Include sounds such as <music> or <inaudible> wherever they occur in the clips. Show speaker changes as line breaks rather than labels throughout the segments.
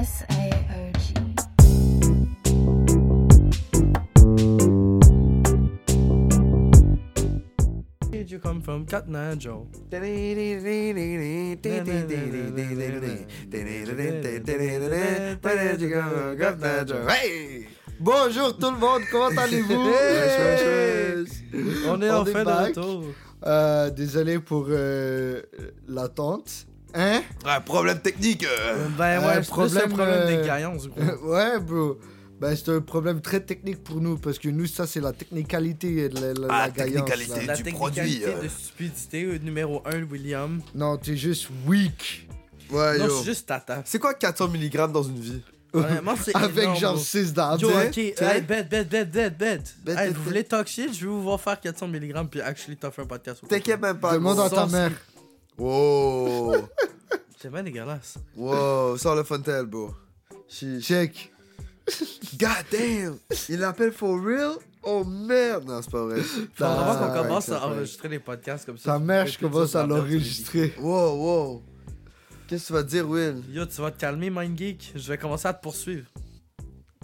S-A-O-G.
Did you come from Katna
<laughs>
Joe?
Hey! Bonjour tout le monde, comment <laughs> allez-vous?
Wesh, On est en fin de
back.
retour.
Euh, désolé pour euh, l'attente. Hein?
Un problème technique. euh.
Ben ouais, c'est
Euh,
plus le
problème,
problème
euh,
des gaillons,
<laughs>
gros.
ouais, bro. Ben, c'est un problème très technique pour nous parce que nous, ça, c'est la technicalité. La, la,
Ah,
la gaillance,
technicalité.
là.
La
du
technicalité
produit, euh.
de stupidité, euh, numéro 1, William.
Non, t'es juste weak.
Ouais,
non,
yo.
c'est juste tata.
<laughs>
C'est quoi 400 mg dans une vie
Honnêtement, c'est
Avec
énorme,
genre
bro.
6 d'armes.
Yo, ok, euh,
t'sais,
hey, bête, bête, bête, bête, bête.
Bête,
Hey,
bête,
vous
bête.
voulez talk shit, je vais vous voir faire 400 mg puis actually t'as fait un podcast. au complet.
T'inquiète même pas.
Demande
gros.
à ta
Sans-
mère.
Wow.
C'est bien dégueulasse.
wow. Sors le fontel, bro. She-
Check.
God damn. Il l'appelle for real? Oh merde. Non, c'est pas vrai.
Faut
Ah,
vraiment qu'on
ouais,
commence
ça
à
fait.
enregistrer les podcasts comme ça.
Ta
Tu
mère,
peux
je
plus
commence
dire
à
de la merde,
l'enregistrer.
Wow, wow. Qu'est-ce que tu vas dire, Will?
tu les dis. Yo, tu vas te calmer, Mind Geek. Je vais commencer à te
<laughs>
poursuivre.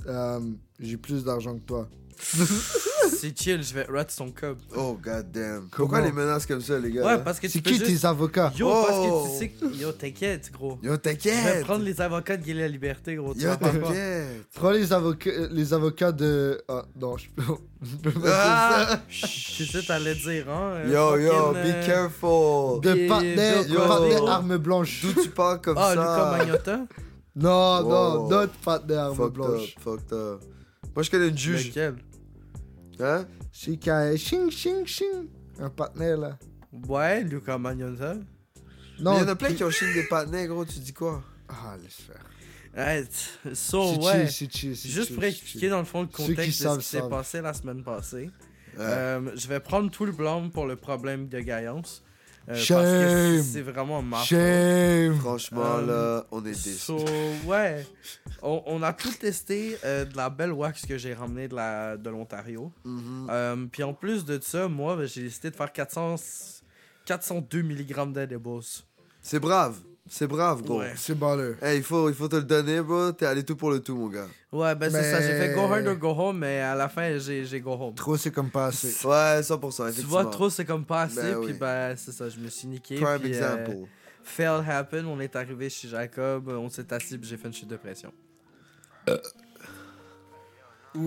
Euh, J'ai plus d'argent que toi.
c'est chill, je vais rat son cob.
Oh, god damn.
Comment?
Pourquoi les menaces comme ça, les gars?
Ouais,
là?
parce que tu
C'est
peux
qui
juste...
tes avocats?
Yo, parce que
Oh.
tu sais que... Yo, t'inquiète, gros.
Yo,
Je vais
t'inquiète.
prendre les avocats de Guillet la Liberté, gros. Tu
Yo,
vas pas voir.
t'inquiète.
Prends les avocats, les avocats de. Ah, non, je peux. je peux pas
Ah!
Tu sais, t'allais dire, hein. euh,
Yo, yo,
fucking,
be
euh,
careful.
dire ça.
Yo,
De partenaire,
euh,
yo.
oh.
partenaire arme blanche.
D'où tu parles comme
Ah, Luca
ça?
Magnotta
Non, non,
Wow.
d'autres partenaire arme
Fucked
blanche.
up, fucked up. Moi, je connais une juge.
Lequel
Hein?
C'est qu'un ching, ching, ching. Un partenaire là.
Ouais, Luca Magnotta.
Non.
Il y en a plein
tu-
qui ont chine des patinets, gros, tu dis quoi?
Ah, laisse faire.
Ouais, t- so,
c'est
Oh, ouais.
chill, c'est chill. c'est
Juste
chill,
pour
c'est
expliquer
chill.
dans le fond le
Ceux qui
contexte de ce
savent,
qui s'est
savent.
passé la semaine passée.
Ouais.
Euh, je vais prendre tout le blâme pour le problème de Gaillance. euh, Parce que
Shame.
c'est vraiment ma
Shame.
Franchement,
euh,
là, on est déçus.
So, ouais. On, on a tout testé euh, de la belle wax que j'ai ramenée de la- de l'Ontario.
Mhm.
Euh, Puis en plus de ça, moi, ben, j'ai décidé de faire 400, 402 mg d'edibles.
C'est brave. C'est brave, gros.
Ouais.
C'est balleux.
Hey, il faut, il faut te le donner, bro. T'es allé tout pour le tout, mon gars.
Ouais, ben c'est ça. J'ai fait
Mais-
go hard or go home, mais à la fin, j'ai j'ai go home.
Trop, c'est comme pas assez.
Ouais, 100%.
Tu
Effectivement.
vois, trop, c'est comme pas assez.
Ben
Puis
oui.
ben, c'est ça. Je me suis niqué.
Prime
puis, euh,
example.
fail happen. On est arrivé chez Jacob. On s'est assis. Puis j'ai fait une chute de pression.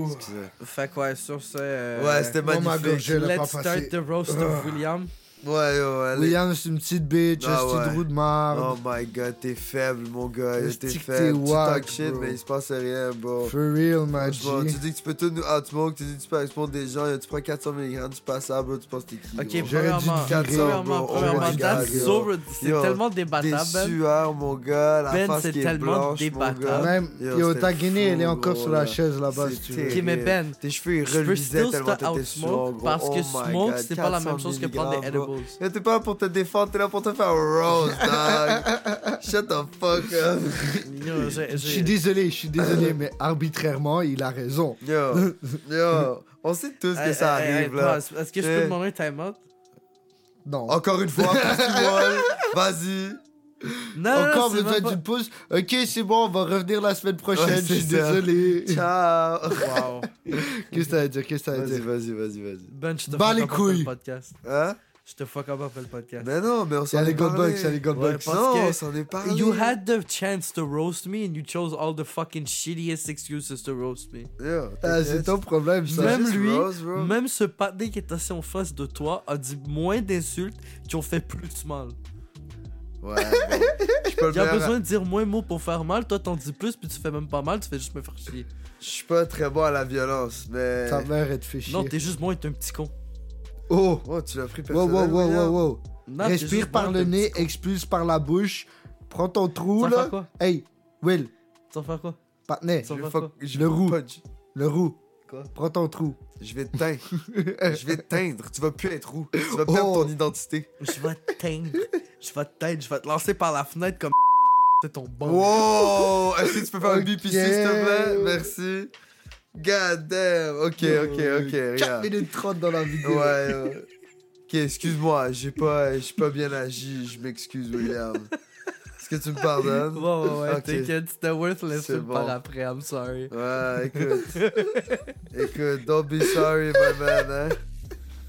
Excusez.
Fait que ouais, sur ce. euh,
Ouais, c'était
Moi, ma
magnifique.
gorgée, elle a pas
Let's start
passé. Ah.
the roast of William.
Ouais, yo, allez.
William, c'est une petite bitch,
Ah
un petit
ouais.
roue de marde.
Oh my god, t'es faible, mon gars.
Le
T'es
stick,
faible.
t'es
Tu talk
wack,
shit,
bro.
mais il se passe rien, bro.
For real, ma G.
Franchement, tu dis que tu peux tout nous outsmoke, tu dis que tu peux exposer des gens, yo, tu prends 400 mg, tu passes ça, bro, tu penses que t'es qui,
Ok,
bro?
J'aurais dû
premièrement,
te
faire ça,
premièrement,
bro. Oh
premièrement,
my
that's
God, yo.
so rid- c'est
Yo,
tellement
Des
débattable. Ben.
sueurs, mon gars, la
Ben,
face
c'est
qui est
tellement
blanche, mon
débattable.
gars.
Même,
Yo,
yo,
c'était
ta Guinée, elle est
fou,
encore
gros,
sur la
là.
chaise là-bas,
C'est
si tu veux.
Ok, mais Ben,
Tes cheveux, ils
je peux
reluisaient
still
tellement
start
t'étais
out
suant,
smoke
gros.
parce
Oh
que
my
smoke,
God,
c'est pas la même
400
chose que prendre des
milligrammes, bro.
edibles.
Yo, T'es pas là pour te défendre, t'es là pour te faire
<laughs>
rose, dog. Shut the fuck up. <laughs>
Yo, j'ai-
Je suis
j'ai-
désolé, je suis désolé, mais arbitrairement, il a raison.
Yo, yo, on sait tous que
Hey,
ça
hey, hey,
arrive, là.
pause. Est-ce que je
Eh.
peux demander un time-out?
Non.
Encore une fois, Christy vas-y.
Ah, Non,
Encore
non, c'est
besoin
même pas-
<laughs>
d'une pause. Ok, c'est bon, on va revenir la semaine prochaine.
Ouais,
je suis
c'est ça.
<laughs>
désolé.
Ciao.
Wow.
<laughs> Qu'est-ce que t'as à dire Qu'est-ce que t'as à
Vas-y,
dire
vas-y, vas-y, vas-y.
Ben, je te
Bah,
fuck
les
up après le
couilles.
podcast.
Hein?
Je te fuck up après le podcast.
Mais non, mais on
C'est
s'en
les
est
gold
parlé.
bucks, c'est les gold
Ouais,
bucks.
parce
Non,
que
on s'en est parlé.
You had the chance to roast me and you chose all the fucking shittiest excuses to roast me.
Yo,
Ah, c'est
t'inquiète.
ton problème, ça.
Même
Just
lui,
rose, bro.
même ce patin qui est assis en face de toi a dit moins d'insultes qui ont fait plus mal.
Ouais, bon. <laughs> Je suis pas le
Il y a
meilleur-
besoin de dire moins de mots pour faire mal, toi t'en dis plus puis tu fais même pas mal, tu fais juste me faire chier.
Je suis pas très bon à la violence, mais.
Ta mère, elle te fait chier.
Non, t'es juste moins, t'es un petit con.
Oh
Oh, tu l'as pris
Wow,
personnel.
wow, wow,
William.
wow, wow.
Non, t'es
Respire
juste
par
moins,
le
t'es un
nez,
petit con.
expulse par la bouche. Prends ton
Tu
trou,
vas faire
là.
quoi
Hey, Will,
Tu vas faire quoi
partenaire,
Ça
Je
va
vais
pas.
fuck. Je
Le
vais
roux.
punch.
le roux.
Quoi
Prends ton trou.
Je vais te teindre. Je vais te teindre. Tu vas plus être roux. Tu vas perdre
Oh.
ton identité.
Je vais te teindre. Je vais te teindre. Je vais te lancer par la fenêtre comme. <laughs> C'est ton bon.
Wow! <laughs> Est-ce que tu peux faire un
Ok.
bip ici, s'il te plaît? Merci. God damn. Ok, ok, ok. regarde.
4 Euh, minutes 30 dans la vidéo.
Ouais, ouais. Ok, excuse-moi, j'ai pas, j'ai pas bien agi, je m'excuse, William. Est-ce que tu me pardonnes?
Ouais, ouais, ouais.
Ok.
T'inquiète, c'était worthless
C'est
le
bon. Euh,
par après, I'm sorry.
Ouais, écoute. écoute, don't be sorry, my man,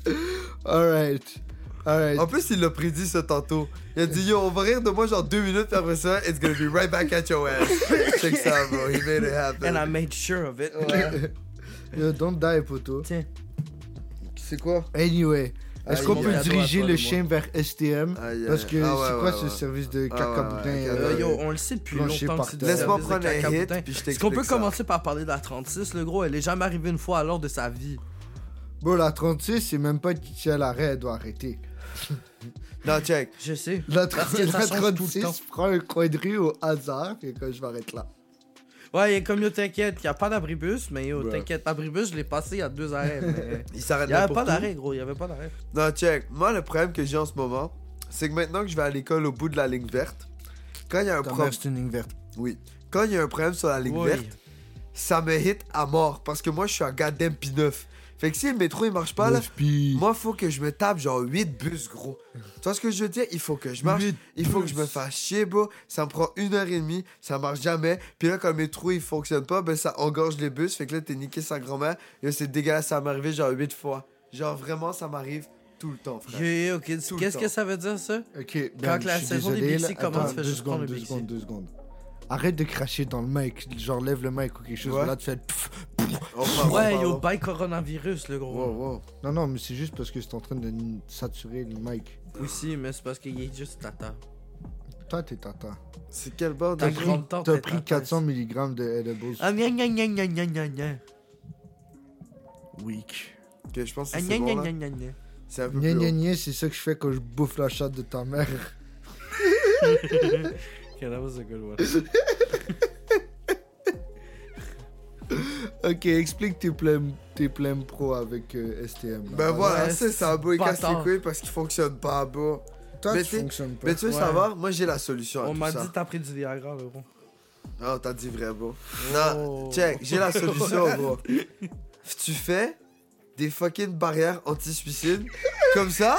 hein.
Alright. Alright.
En plus, il l'a prédit ça tantôt. Il a dit, yo, on va rire de moi genre deux minutes, puis après ça, it's gonna be right back at your ass. Check ça, bro. He made it
And I
happen.
made sure of it.
Yo, don't die, poto.
<laughs> Tiens.
C'est quoi?
Anyway. Est-ce
Aïe,
qu'on
aïe,
peut
aïe.
diriger
Toi,
le
toi,
chien vers STM
Aïe, aïe.
Parce que
Ah ouais,
c'est
ouais,
quoi
ouais,
ce
ouais.
service de
Ah ouais, ouais,
cacaboutin
ouais,
euh,
Euh, yo, on le sait depuis
Plancher
longtemps.
par
que c'est
terre.
le
Laisse-moi
service de
prendre un hit,
Cacabutin.
puis je
Est-ce
t'explique
qu'on peut
ça.
commencer par parler de la 36, le gros? Elle est jamais arrivée une fois à l'heure de sa vie.
Bro, la 36, c'est même pas si elle arrête, elle doit arrêter.
Non, check.
Je sais.
La,
Parce que
la
ça change tout le
36
temps.
prend un coin de rue au hasard et quand je m'arrête là.
Ouais, et comme yo, t'inquiète, y a pas d'abribus, mais yo,
Ouais.
t'inquiète, l'abribus, je l'ai passé il y a deux
<laughs>
arrêts, mais.
Il s'arrête
y avait
n'importe
pas
où.
d'arrêt, gros, y avait pas d'arrêt.
Non, check. Moi, le problème que j'ai en ce moment, c'est que maintenant que je vais à l'école au bout de la ligne verte, quand il y a un
Ta
problème...
mère, c'est une ligne verte.
Oui. Quand il y a un problème sur la ligne
Oui.
verte, ça me hit à mort parce que moi je suis un goddamn P9. Fait que si le métro il marche pas là,
Neuf pi.
moi faut que je me tape genre 8 bus gros. Tu vois ce que je veux dire Il faut que je marche,
Huit
il faut que
bus.
je me fasse chier bro. Ça me prend une heure et demie, ça marche jamais. Puis là quand le métro il fonctionne pas, ben ça engorge les bus. Fait que là t'es niqué sa grand-mère. Et là, c'est dégueulasse, ça m'est arrivé genre 8 fois. Genre vraiment ça m'arrive tout le temps frère.
Yo, yo, qu'est-
Tout le
qu'est-ce
temps.
que ça veut dire, ça?
Ok, ben,
Quand la
je suis
saison des
désolé,
Bixi
là.
commence,
Attends,
fais
deux
juste prendre
secondes,
le
deux
Bixi.
secondes, deux secondes. Arrête de cracher dans le mic, genre lève le mic ou quelque chose.
Ouais.
Là, tu fais. pfff.
Enfin,
Ouais,
enfin,
yo,
Oh, pardon.
bye coronavirus, le
Wow,
gros.
wow. Non, non, mais c'est juste parce que c'est en train de n- saturer le mic.
Aussi, mais c'est parce qu'il est juste tata.
Toi, t'es tata.
C'est quel bord de
Ta
T'as
gros?
pris,
grande tante
t'as
est
pris
tata.
400 mg de edibles.
Ah, gna gna gna gna gna gna gna.
Week.
Ok, je pense que
Ah,
c'est
gna
bon hein?
gna
là.
gna gna gna.
C'est un peu
Gna
plus
gna
haut.
gna, c'est ça que je fais quand je bouffe la chatte de ta mère.
Okay, that was a good one.
<laughs> Ok, explique tes plèmes, tes plèmes pro avec euh, STM. là.
Ben voilà,
Ouais,
c'est ça, bro. Il
bâtard.
casse les couilles parce qu'il fonctionne pas, bro.
Toi,
mais
tu
t'es-
fonctionnes pas.
Mais tu veux
Ouais.
savoir, moi j'ai la solution à
On
tout
m'a
ça.
dit t'as pris du Viagra, le gros.
Non, Ah, t'as dit vrai, bro.
Oh.
Non, check, j'ai la solution, bro. Tu fais des fucking barrières anti-suicide. Comme ça,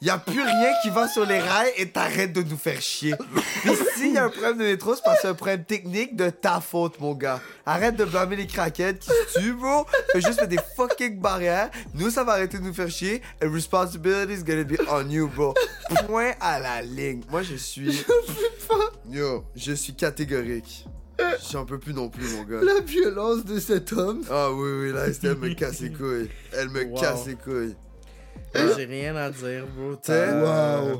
y a plus rien qui va sur les rails et t'arrêtes de nous faire chier. Puis s'il y a un problème de métro, c'est parce que c'est un problème technique de ta faute, mon gars. Arrête de blâmer les craquettes qui se tuent, bro. Fais juste faire des fucking barrières. Nous, ça va arrêter de nous faire chier. And responsibility is gonna be on you, bro. Point à la ligne. Moi, je suis. Yo, je suis catégorique. J'en peux plus non plus, mon gars.
La violence de cet homme.
Ah oui, oui, là, elle me casse les couilles. Elle me
Wow.
casse les couilles.
Moi, J'ai rien à dire, bro.
Ah. T'es- Euh.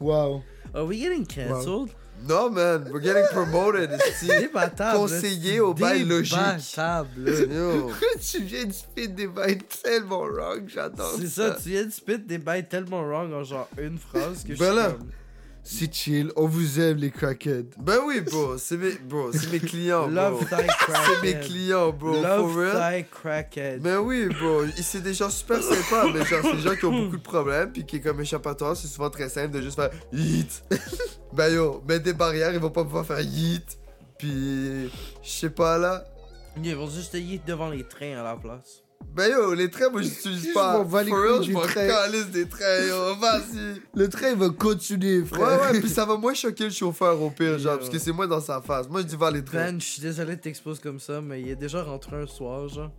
Waouh. Waouh.
Are we getting canceled?
Non, man, we're getting promoted ici.
<laughs> Débattable.
Conseiller au bail logique. <laughs>
Débattable.
Yo.
<laughs> tu viens de spin des bails tellement wrong, j'adore.
C'est ça, tu viens de spit des bails tellement wrong en genre une phrase que je
Ben là.
suis comme...
C'est chill, on vous aime les crackheads.
Ben oui, bro, c'est mes, bro, c'est mes clients, bro.
Love thy
Oh, <laughs> C'est mes
crackhead.
clients, bro,
Love
for real.
thy crackhead.
Ben oui, bro, ils- c'est des gens super sympas, mais genre, c'est des gens qui ont beaucoup de problèmes, puis qui, comme échappatoire, c'est souvent très simple de juste faire yeet. <laughs> ben yo, mets des barrières, ils vont pas pouvoir faire yeet. Puis, je sais pas là.
Ils vont juste te yeet devant les trains à la place.
Ben yo, les trains, moi, j'utilise
Je
pas.
m'en bats les
For
couilles
real,
du
je m'en
train.
calisse des trains, yo, vas-y.
Le train va continuer,
Ouais,
frère. <laughs>
ouais, puis ça va moins choquer le chauffeur au pire, genre,
Yo.
parce que c'est moi dans sa face. Moi, je dis vers les trains.
Ben, je suis désolé de t'exposer comme ça, mais il est déjà rentré un soir, genre.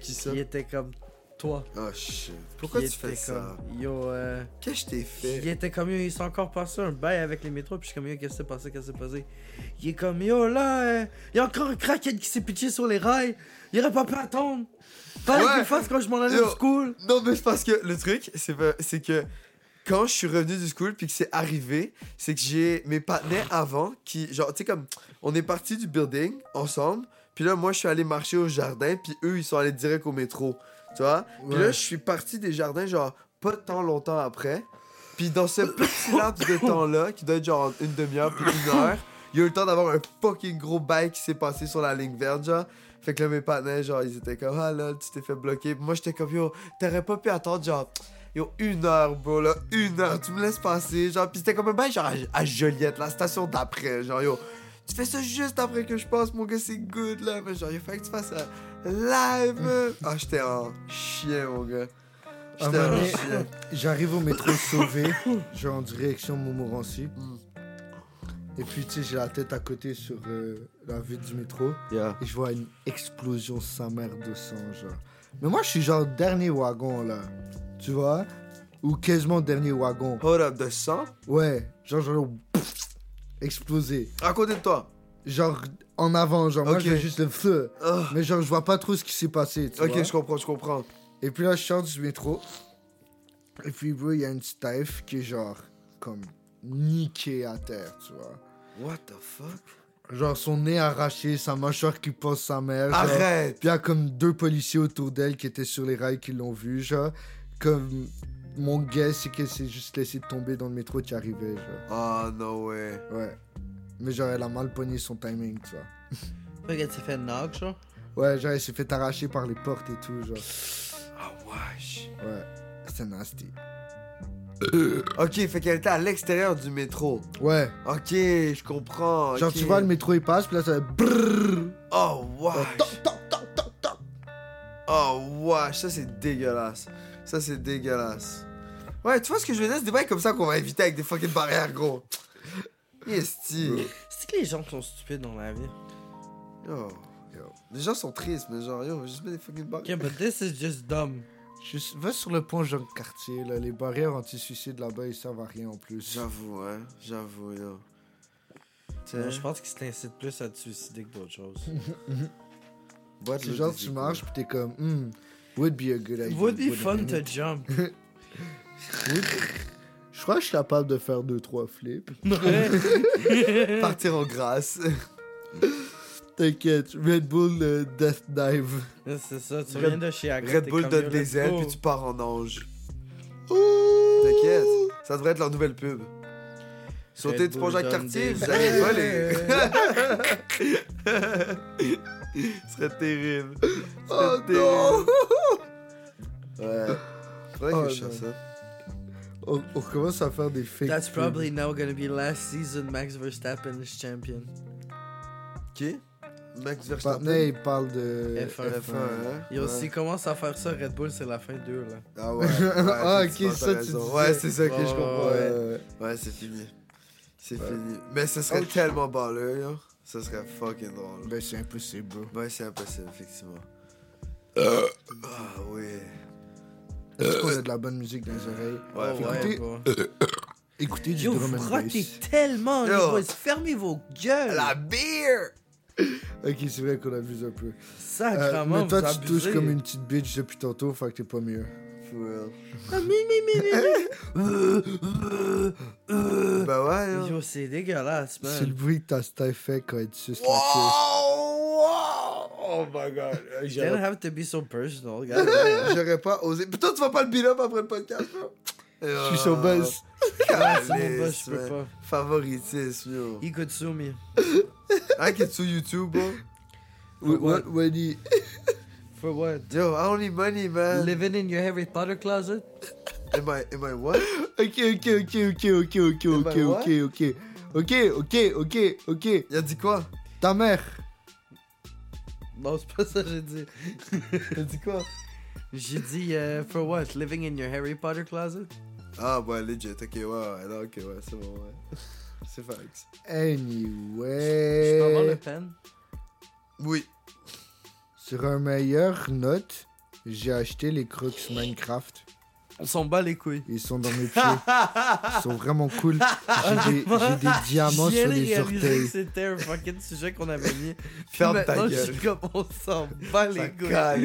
Qui ça?
Il était comme toi.
Oh shit. Pourquoi
Il
tu fais
était
ça?
comme, Yo, euh...
Qu'est-ce que je t'ai
Il
fait?
était comme yo, il s'est encore passé un bail avec les métros, puis je suis comme yo, qu'est-ce qui s'est passé, qu'est-ce qui s'est passé. Il est comme yo, là, euh, il y a encore un crackhead qui s'est pitché sur les rails, il aurait pas pu attendre. Fallait
Ouais.
qu'il fasse quand je m'en allais
Yo.
au school.
Non, mais c'est parce que le truc, c'est pas- c'est que quand je suis revenu du school puis que c'est arrivé, c'est que j'ai mes partenaires avant qui, genre, tu sais, comme, on est parti du building ensemble, puis là, moi, je suis allé marcher au jardin, puis eux, ils sont allés direct au métro, tu vois? Puis là,
Ouais.
je suis parti des jardins, genre, pas tant longtemps après. Puis dans ce petit laps de temps-là, qui doit être genre entre une demi-heure puis une heure, il y a eu le temps d'avoir un fucking gros bail qui s'est passé sur la ligne verte, genre. Fait que là, mes partenaires, genre, ils étaient comme, ah là, tu t'es fait bloquer. Puis moi, j'étais comme, yo, t'aurais pas pu attendre, genre, yo, une heure, bro, là, une heure, tu me laisses passer, genre. Puis c'était comme un bail, genre, à, à Joliette, la station d'après, genre, yo. Tu fais ça juste après que je passe, mon gars, c'est good, là. Mais genre, il fallait que tu fasses ça live. euh. Ah, j'étais en chien, mon gars.
Un
J'étais
moment
en
donné,
chien.
J'arrive au métro sauvé, je vais en direction Montmorency.
Mm.
Et puis, tu sais, j'ai la tête à côté sur euh, la vue du métro.
Yeah.
Et je vois une explosion sa mère de sang, genre. Mais moi, je suis genre dernier wagon, là. Tu vois Ou quasiment dernier wagon.
Hold up, de sang
Ouais, genre, genre, pff, explosé.
À côté de toi.
Genre, en avant, genre, moi,
Ok.
je vois juste le feu.
Ah.
Mais genre, je vois pas trop ce qui s'est passé, tu vois
Ok, je comprends, je comprends.
Et puis là, je sors du métro. Et puis, bro, il y a une staff qui est genre, comme, niquée à terre, tu vois.
What the fuck
Genre, son nez arraché, sa mâchoire qui pose sa mère. genre.
Arrête
Puis il y a comme deux policiers autour d'elle qui étaient sur les rails qui l'ont vu, genre. Comme mon guess, c'est qu'elle s'est juste laissée tomber dans le métro qui arrivait, genre.
Oh, no way.
Ouais. Mais genre, elle a mal pogné son timing, tu vois.
Regarde, ça fait knock, genre.
Ouais, genre, elle s'est fait arracher par les portes et tout, genre.
Ah, wesh.
Ouais. C'était nasty.
Ok, fait qu'elle était à l'extérieur du métro.
Ouais.
Ok, je comprends.
Genre,
ok.
tu vois, le Euh, métro, il passe, puis là, ça fait brrrr.
Oh,
Genre,
wesh.
toc, toc, toc, toc, toc.
Oh, wesh. Ça, c'est dégueulasse. Ça, c'est dégueulasse. Ouais, tu vois ce que je veux dire? C'est des bails comme ça qu'on va éviter avec des fucking barrières, gros. <laughs> Yes, ti.
C'est que les gens sont stupides dans la vie.
Yo. yo. Les gens sont tristes, mais genre, yo, juste mets des fucking barrières.
Ok, but this is just dumb.
Je va sur le pont Jean-Cartier, là. Les barrières anti-suicide là-bas, ils servent à rien en plus.
J'avoue, hein. J'avoue, yo. Tu
Non,
sais,
je pense qu'ils t'incitent plus à te suicider que d'autres choses.
boîte
C'est
le
genre,
des
tu
écoles.
marches, puis t'es comme, hmm, would be a good idea.
It would be fun
have been.
to
<laughs>
jump.
Oui. Je crois que je suis capable de faire 2-3 flips. <laughs>
Partir en grâce.
T'inquiète, Red Bull euh, Death Dive.
<laughs> C'est ça, tu
Red-
reviens de chez Agathe.
Red
t'es
Bull
comme,
donne
yo, oh,
des
let's
ailes,
go.
puis tu pars en ange. T'inquiète,
T'inquiète.
ça devrait être leur nouvelle pub. Sautez
Red
du
Bull
pont
donne
Jacques-Cartier,
des
vous allez
ailes.
voler.
<laughs>
Ce serait terrible. Ce serait
Oh non
Ouais. Faudrait
Oh
que je fasse ça.
on, on commence à faire des fake.
That's
pubs.
probably now gonna be last season Max Verstappen is champion.
Qui Max
Maintenant,
Verstappen
il parle de.
F1.
F1, hein?
Et aussi,
Ouais.
commence à faire ça, Red Bull, c'est la fin d'eux, là.
Ah ouais. ouais,
<laughs> Ah, ok,
effectivement,
ça,
t'as
tu
raison.
disais.
Ouais, c'est ça que
Ouais,
je comprends.
ouais,
Ouais,
Euh,
Ouais, c'est fini. C'est
Ouais.
fini. Mais ce serait
Ok.
tellement balleux, yo. Ce serait fucking drôle.
Ben, c'est impossible, bro.
Ouais, c'est impossible, effectivement.
Euh.
Ah oui.
Est-ce qu'on a de la bonne musique dans les oreilles
Euh, Ouais, euh,
Oh,
écoutez,
bon.
écoutez du
Yo,
drum
vous
and
rockez
bass.
tellement, les
Yo.
boys. Fermez vos gueules.
La bière!
Ok, c'est vrai qu'on abuse un peu. Euh,
Sacrement,
mais toi,
Ah, vous
tu touches
abusez.
comme une petite bitch depuis tantôt, fait que t'es pas mieux.
Ah, mi, mi, mi, mi.
<laughs> Bah ouais, là.
Yo, c'est dégueulasse,
C'est le
man.
bruit que ta staff fait quand elle te suce la queue.
Wow! Wow! Oh my god.
Didn't
J'aurais-
have to be so personal, guys.
<laughs> J'aurais pas osé. Putain, tu vas pas le beat up après le podcast, Euh, bro?
Je suis sur buzz.
C'est mon boss, je peux pas.
Favoritisme, yo.
<laughs> He could sue me.
Hein, qui est sur YouTube, bro?
What,
Ouais.
what, what he-
For what?
Yo, I don't need money, man.
Living in your Harry Potter closet?
Am I, am I what?
Ok, ok, ok, ok, ok, ok,
Eh ben,
ok, ok,
ouais.
ok. Ok, ok, ok, ok.
Il a dit quoi?
Ta mère.
Non, c'est pas ça que j'ai dit.
Il a dit quoi?
J'ai dit, euh, for what? Living in your Harry Potter closet?
Ah, ouais, legit. Ok, ouais, ouais. Non, ok, ouais, c'est bon, ouais. C'est fact.
Je suis vraiment le
Anyway.
pen.
Oui.
Sur un meilleur note, j'ai acheté les Crocs Minecraft.
On s'en bat les couilles.
Ils sont dans mes pieds. Ils sont vraiment cool. J'ai des,
<laughs>
j'ai des diamants
J'ai
sur les
réalisé que
orteils.
c'était un fucking sujet qu'on avait
<laughs>
mis.
Ferme ta
Maintenant,
gueule.
Je suis comme, on s'en bat
Ça
les couilles. <laughs>
calme.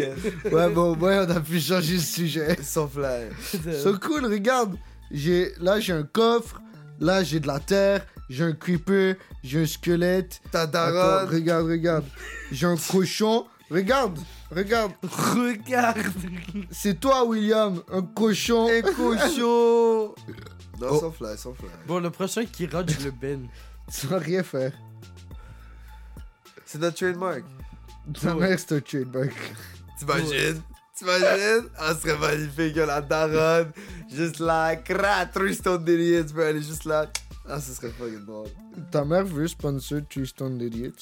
Ouais, bon, ouais, on a pu changer le sujet.
Sans flair.
Ils
Euh.
sont cool, regarde. J'ai, là, j'ai un coffre. Là, j'ai de la terre. J'ai un creeper. J'ai un squelette.
Ta
Attends,
daronne.
regarde, regarde. J'ai un cochon. Regarde, regarde.
Regarde!
C'est toi, William, un cochon.
Un <laughs> cochon. Non,
Oh.
sans flair, sans flair.
Bon, le prochain qui rate, je le bin.
<laughs> Tu vas rien faire.
C'est notre trademark.
Ta
Ouais.
mère, c'est un trademark.
T'imagines? T'imagines? Ah, ce serait magnifique, yo, la daronne. Juste là, crat, Tristan Delier, tu peux aller juste là. Ah, ce serait fucking drôle.
Ta mère veut sponsor Tristan Idiots.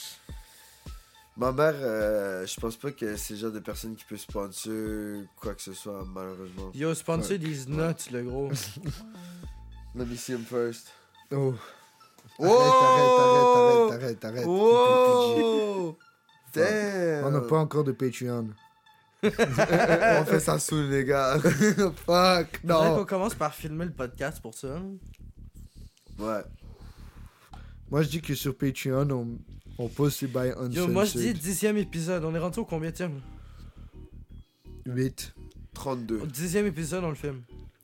Ma mère, euh, je pense pas que c'est le genre de personne qui peut sponsor quoi que ce soit, malheureusement.
Yo, sponsor these nuts, le gros.
Let me see him first.
Oh.
Oh
Arrête, arrête, arrête, arrête, arrête.
Wow
PPG. On n'a
Damn
pas encore de Patreon.
On fait ça saoule, les gars. <laughs>
Fuck,
Faudrait
non.
qu'on commence par filmer le podcast pour ça. hein.
Ouais.
Moi, je dis que sur Patreon, on, on poste les bails uncensored.
Yo, moi je dis dixième épisode. On est rendu au combien tième
8.
32.
Dixième épisode, on le filme.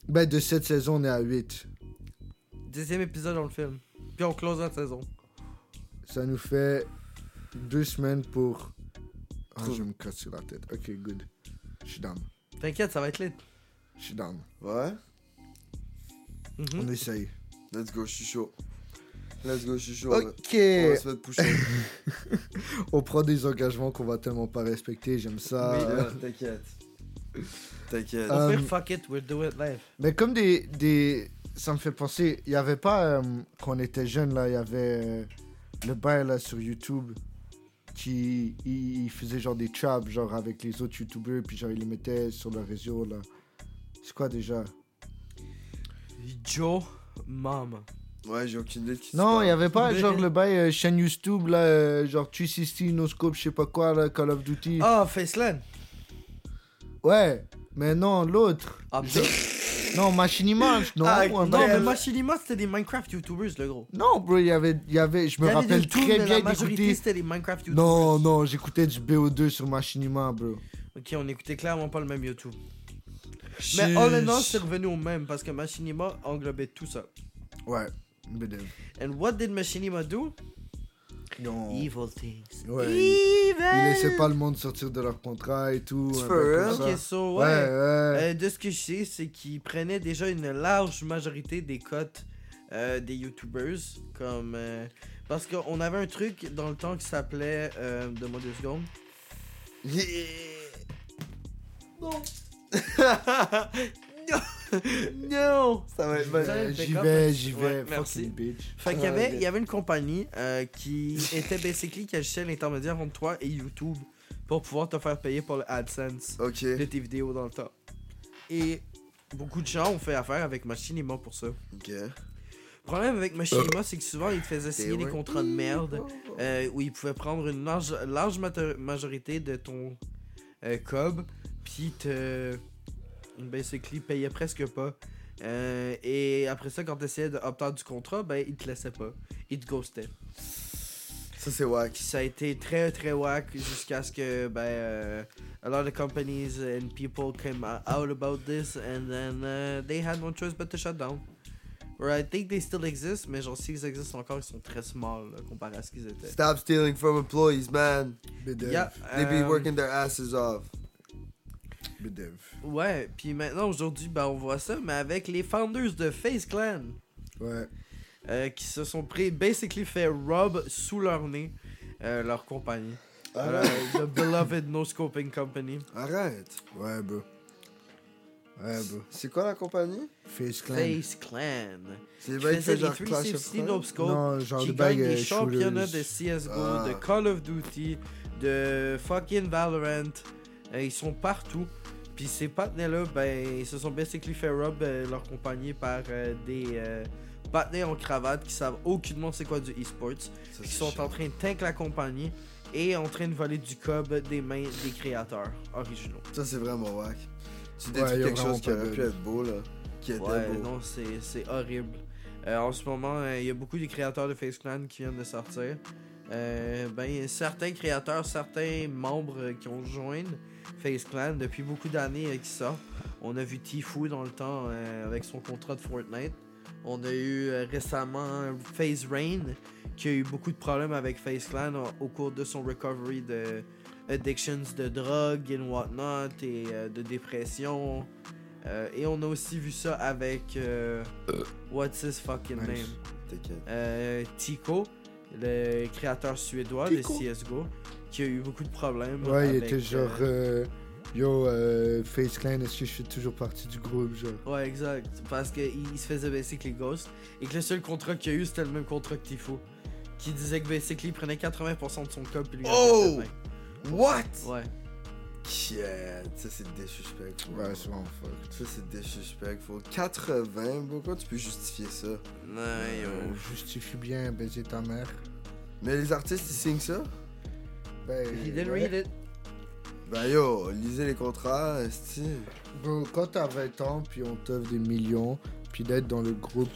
Ben, de cette saison, on est à 8.
Dixième épisode, on le filme. Puis on close la saison.
Ça nous fait deux semaines pour... Ah, je vais me casser la tête. Ok, good. Je suis down.
T'inquiète, ça va être lit.
Je suis down.
Ouais
Mhm.
On essaye.
Let's go, je suis chaud. Let's go, je suis chaud. ouais.
Ok.
On va se mettre pusher.
On prend des engagements qu'on va tellement pas respecter. J'aime ça.
Oui,
euh,
là, t'inquiète. T'inquiète.
Au pire,
Euh,
fuck it, we'll do it live.
Mais comme des, des... Ça me fait penser, il n'y avait pas, euh, quand on était jeune, là, il y avait euh, le bail là, sur YouTube qui il, il faisait genre des traps, genre avec les autres YouTubers, puis genre ils les mettaient sur le réseau, là. C'est quoi déjà
Joe Mom.
Ouais, j'ai aucune idée de qui tu
Non, il
parles.
n'y avait pas
Mais-
genre le bail euh, chaîne YouTube, là, euh, genre 360, No Scope, je sais pas quoi, là, Call of Duty.
Ah, Faceland.
Ouais, mais non, l'autre.
Ah, Joe.
Non, Machinima, non,
Ah,
ou un
Non,
bail-
mais Machinima, c'était des Minecraft YouTubers, le gros.
Non, bro, il y avait, il y avait, je me
Il y avait
rappelle
de tout,
très
mais
bien
La majorité,
d'écouter
c'était des Minecraft YouTubers.
Non, non, j'écoutais du BO2 sur Machinima, bro.
Ok, on écoutait clairement pas le même YouTube. Mais all in all, c'est revenu au même parce que Machinima englobait tout ça.
Ouais, BDM.
And what did Machinima do?
Non. Il...
Evil things.
Oh. Ouais, il-
Evil!
laissait pas le monde sortir de leur contrat et tout.
C'est
un
for
peu
real?
comme ça.
Ok, so,
Ouais,
ouais.
ouais.
Euh, de ce que je sais, c'est qu'ils prenaient déjà une large majorité des cotes euh, des YouTubers. Comme, euh, parce qu'on avait un truc dans le temps qui s'appelait. Euh, Donne-moi deux secondes. <laughs>
Non.
Non!
Ça va être
Ouais,
mal.
Ça-
j'y
Ouais,
vais, j'y vais,
ouais,
fucking
merci.
bitch.
Fait qu'il y avait, il y avait une compagnie euh, qui était basically qui achetait l'intermédiaire entre toi et YouTube pour pouvoir te faire payer pour le AdSense
Ok.
de tes vidéos dans le temps. Et beaucoup de gens ont fait affaire avec Machinima pour ça.
Ok.
Le problème avec Machinima, c'est que souvent ils te faisaient signer des
ouais.
contrats de merde euh, où ils pouvaient prendre une large, large mater- majorité de ton euh, cob, puis te. Basically, payaient presque pas. Euh, et après ça, quand t'essayais d'obtenir du contrat, ben ils te laissaient pas. Ils te ghostaient.
Ça, c'est wack.
Ça a été très très whack jusqu'à ce que ben euh, a lot of companies and people came o- out about this and then uh, they had no choice but to shut down. Or I think they still exist, mais genre s'ils existent encore, ils sont très small là, comparé à ce qu'ils étaient.
Stop stealing from employees, man.
BDF,
Yeah,
They be
euh,
working their asses off.
BDF.
Ouais, puis maintenant aujourd'hui, ben on voit ça, mais avec les founders de Face Clan
Ouais.
euh, qui se sont pris basically fait rob sous leur nez euh, leur compagnie.
Ah.
Euh, the beloved No Scoping Company.
Arrête.
Ouais, bro. Ouais, bro.
C'est quoi la compagnie
Face Clan.
Face Clan.
C'est
Qui
vrai
faisait
que
des
genre Clash of
360
Clans.
Nobscope
Non, genre
qui
de
gagne
bail
des
euh,
championnats de
shooters.
CSGO,
Ah.
de Call of Duty, de fucking Valorant. Euh, ils sont partout. Puis ces partenaires-là, ben, ils se sont basically fait rob euh, leur compagnie par euh, des euh, partenaires en cravate qui savent aucunement c'est quoi du e-sports,
Ça,
qui
c'est
sont
chiant.
en train de tank la compagnie et en train de voler du cob des mains des créateurs originaux.
Ça, c'est vraiment wack. Tu
Ouais,
détruis
y a
quelque
vraiment
chose qui
pas
aurait
de-
pu être beau, là. Qui était
Ouais,
beau.
non, c'est c'est horrible. Euh, en ce moment, euh, il y a beaucoup de créateurs de Face Clan qui viennent de sortir. Euh, ben, certains créateurs, certains membres euh, qui ont joint Face Clan depuis beaucoup d'années euh, qui sortent. On a vu Tifu dans le temps euh, avec son contrat de Fortnite. On a eu euh, récemment Face Rain qui a eu beaucoup de problèmes avec Face Clan au- au cours de son recovery de addictions de drogue and whatnot et euh, de dépression. Euh, et on a aussi vu ça avec euh, What's his fucking
Nice.
name?
T'inquiète.
Euh, Tico, le créateur suédois
Tico.
de CSGO, qui a eu beaucoup de problèmes.
Ouais, il
avec,
était genre...
euh,
euh, Yo, euh, Face Clan, est-ce que je suis toujours partie du groupe, genre
euh, Ouais, exact. Parce qu'il se faisait basically ghost. Et que le seul contrat qu'il a eu, c'était le même contrat que Tifo. Qui
Oh!
disait que basically il prenait 80% de son cop et lui gardait
Oh!
ses mains.
What?
Ouais.
Qui, euh, ça, c'est disrespectful.
Ouais, c'est vraiment fucked.
Ça, c'est disrespectful. 80, pourquoi tu peux justifier ça?
Ouais,
On
yo.
justifie bien baiser ta mère.
Mais les artistes, ils signent ça?
Ben,
He didn't
ouais.
read it.
Ben yo, lisez les contrats, style.
Bro, quand t'as 20 ans, puis on t'offre des millions, puis d'être dans le groupe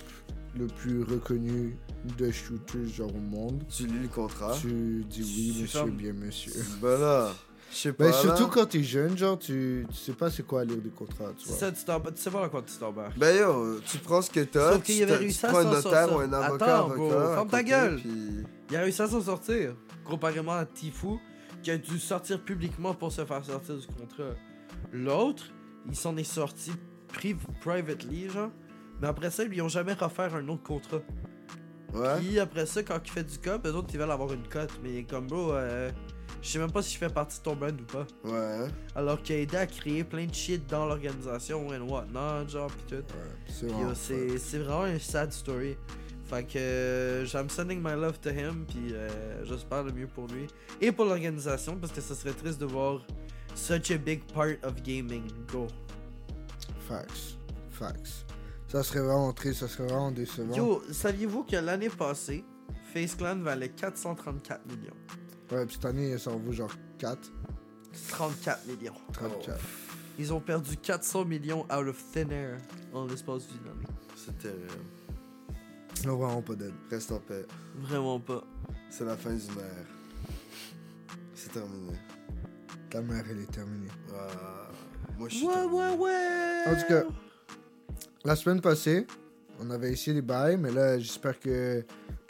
le plus reconnu de shooters genre au monde,
Tu lis le contrat.
tu dis oui,
Tu
monsieur,
fermes.
bien monsieur.
Ben là, je sais pas.
Ben,
Mais
là.
surtout quand t'es jeune, genre, tu, tu sais pas c'est quoi lire des contrats, tu
C'est
vois.
ça, tu t'en- tu sais pas dans quoi tu t'embarques.
Ben yo, tu prends ce que t'as,
Sauf
tu,
qu'il avait
te- tu
réussi à
prends un
s'en
notaire
sortir.
ou un avocat,
Attends,
avocat.
bro,
à
ferme ta
côté,
gueule.
puis-
Il a réussi à s'en sortir, comparément à Tifu, qui a dû sortir publiquement pour se faire sortir du contrat. L'autre, il s'en est sorti priv privately, genre. Mais après ça, ils lui ont jamais refaire un autre contrat.
Ouais.
Puis après ça, quand il fait du cop, eux autres, ils veulent avoir une cote. Mais comme bro, euh, je sais même pas si je fais partie de ton brand ou pas.
Ouais. hein.
Alors qu'il a aidé à créer plein de shit dans l'organisation and whatnot, genre, pis tout.
C'est
Puis,
vraiment
euh, c'est, c'est vraiment une sad story. Fait que euh, j'aime sending my love to him, puis euh, j'espère le mieux pour lui. Et pour l'organisation, parce que ce serait triste de voir such a big part of gaming go.
Facts. Facts. Ça serait vraiment triste, ça serait vraiment décevant.
Yo, saviez-vous que l'année passée, Face Clan valait 434 millions?
Ouais, puis cette année, ça en vaut genre 4,
34 millions. Oh.
34.
Ils ont perdu 400 millions out of thin air en l'espace d'une année.
C'est terrible.
Non, vraiment pas dead.
Reste en paix.
Vraiment pas.
Oh. C'est la fin d'une ère. C'est terminé.
Ta mère, elle est terminée.
Ah, Moi, je suis.
Ouais, ouais, ouais!
En tout cas, La semaine passée, on avait essayé des bails, mais là, j'espère que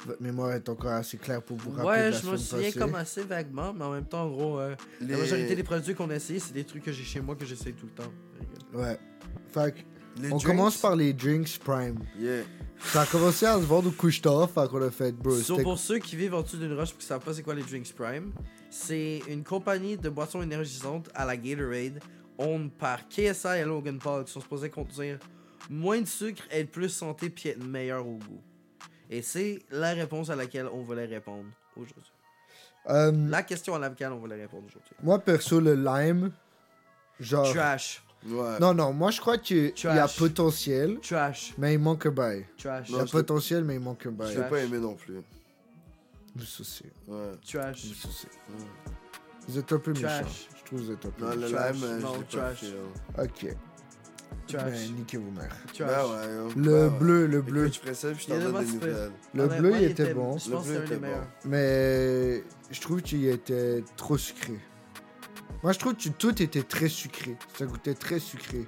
votre mémoire est encore assez claire pour vous rappeler. de
Ouais,
la
je me
semaine
souviens
passée.
comme assez vaguement, mais en même temps, en gros, euh,
Les-
la majorité des produits qu'on a essayés, c'est des trucs que j'ai chez moi que j'essaye tout le temps. Fait
Ouais. Fait que,
les
on
drinks.
commence par les drinks prime.
Yeah.
Ça a commencé à se vendre au couche tard, fait qu'on l'a fait,
que-
bro.
So,
c'était-
pour ceux qui vivent en dessous d'une roche et qui savent pas c'est quoi les Drinks Prime, c'est une compagnie de boissons énergisantes à la Gatorade, owned par KSI et Logan Paul, qui sont supposés contenir moins de sucre, être plus santé puis être meilleur au goût. Et c'est la réponse à laquelle on voulait répondre aujourd'hui.
Euh,
La question à laquelle on voulait répondre aujourd'hui.
Moi, perso, le lime, genre...
Trash,
Ouais.
Non, non, moi, je crois qu'il y a
Trash.
potentiel,
trash,
mais il manque un bail.
trash,
Il y a
Non, je l'ai-
potentiel, mais il manque un
Je
bail.
l'ai pas aimé non plus.
Vous souciez,
Ouais.
trash.
vous souciez. Vous êtes un peu
Trash.
méchants. Je trouve que vous êtes un peu
Hmm. Non, le
Trash.
lime, euh,
Non,
je l'ai pas
trash.
fait. hein.
Ok.
Trash.
Ben, niquez vos mères.
Trash.
Ben ouais, hein.
Le
Ben ouais.
bleu, le
Écoute,
bleu.
Je ferais ça puis je
Il y
t'en
a
donne
des
des
masques,
nouvelles.
Le
Honnêtement,
bleu, il était bon.
Je
Le
pense que
bleu
c'est un
était
des
bon.
meilleurs.
Mais je trouve qu'il était trop sucré. Moi, je trouve que tout était très sucré. Ça goûtait très sucré.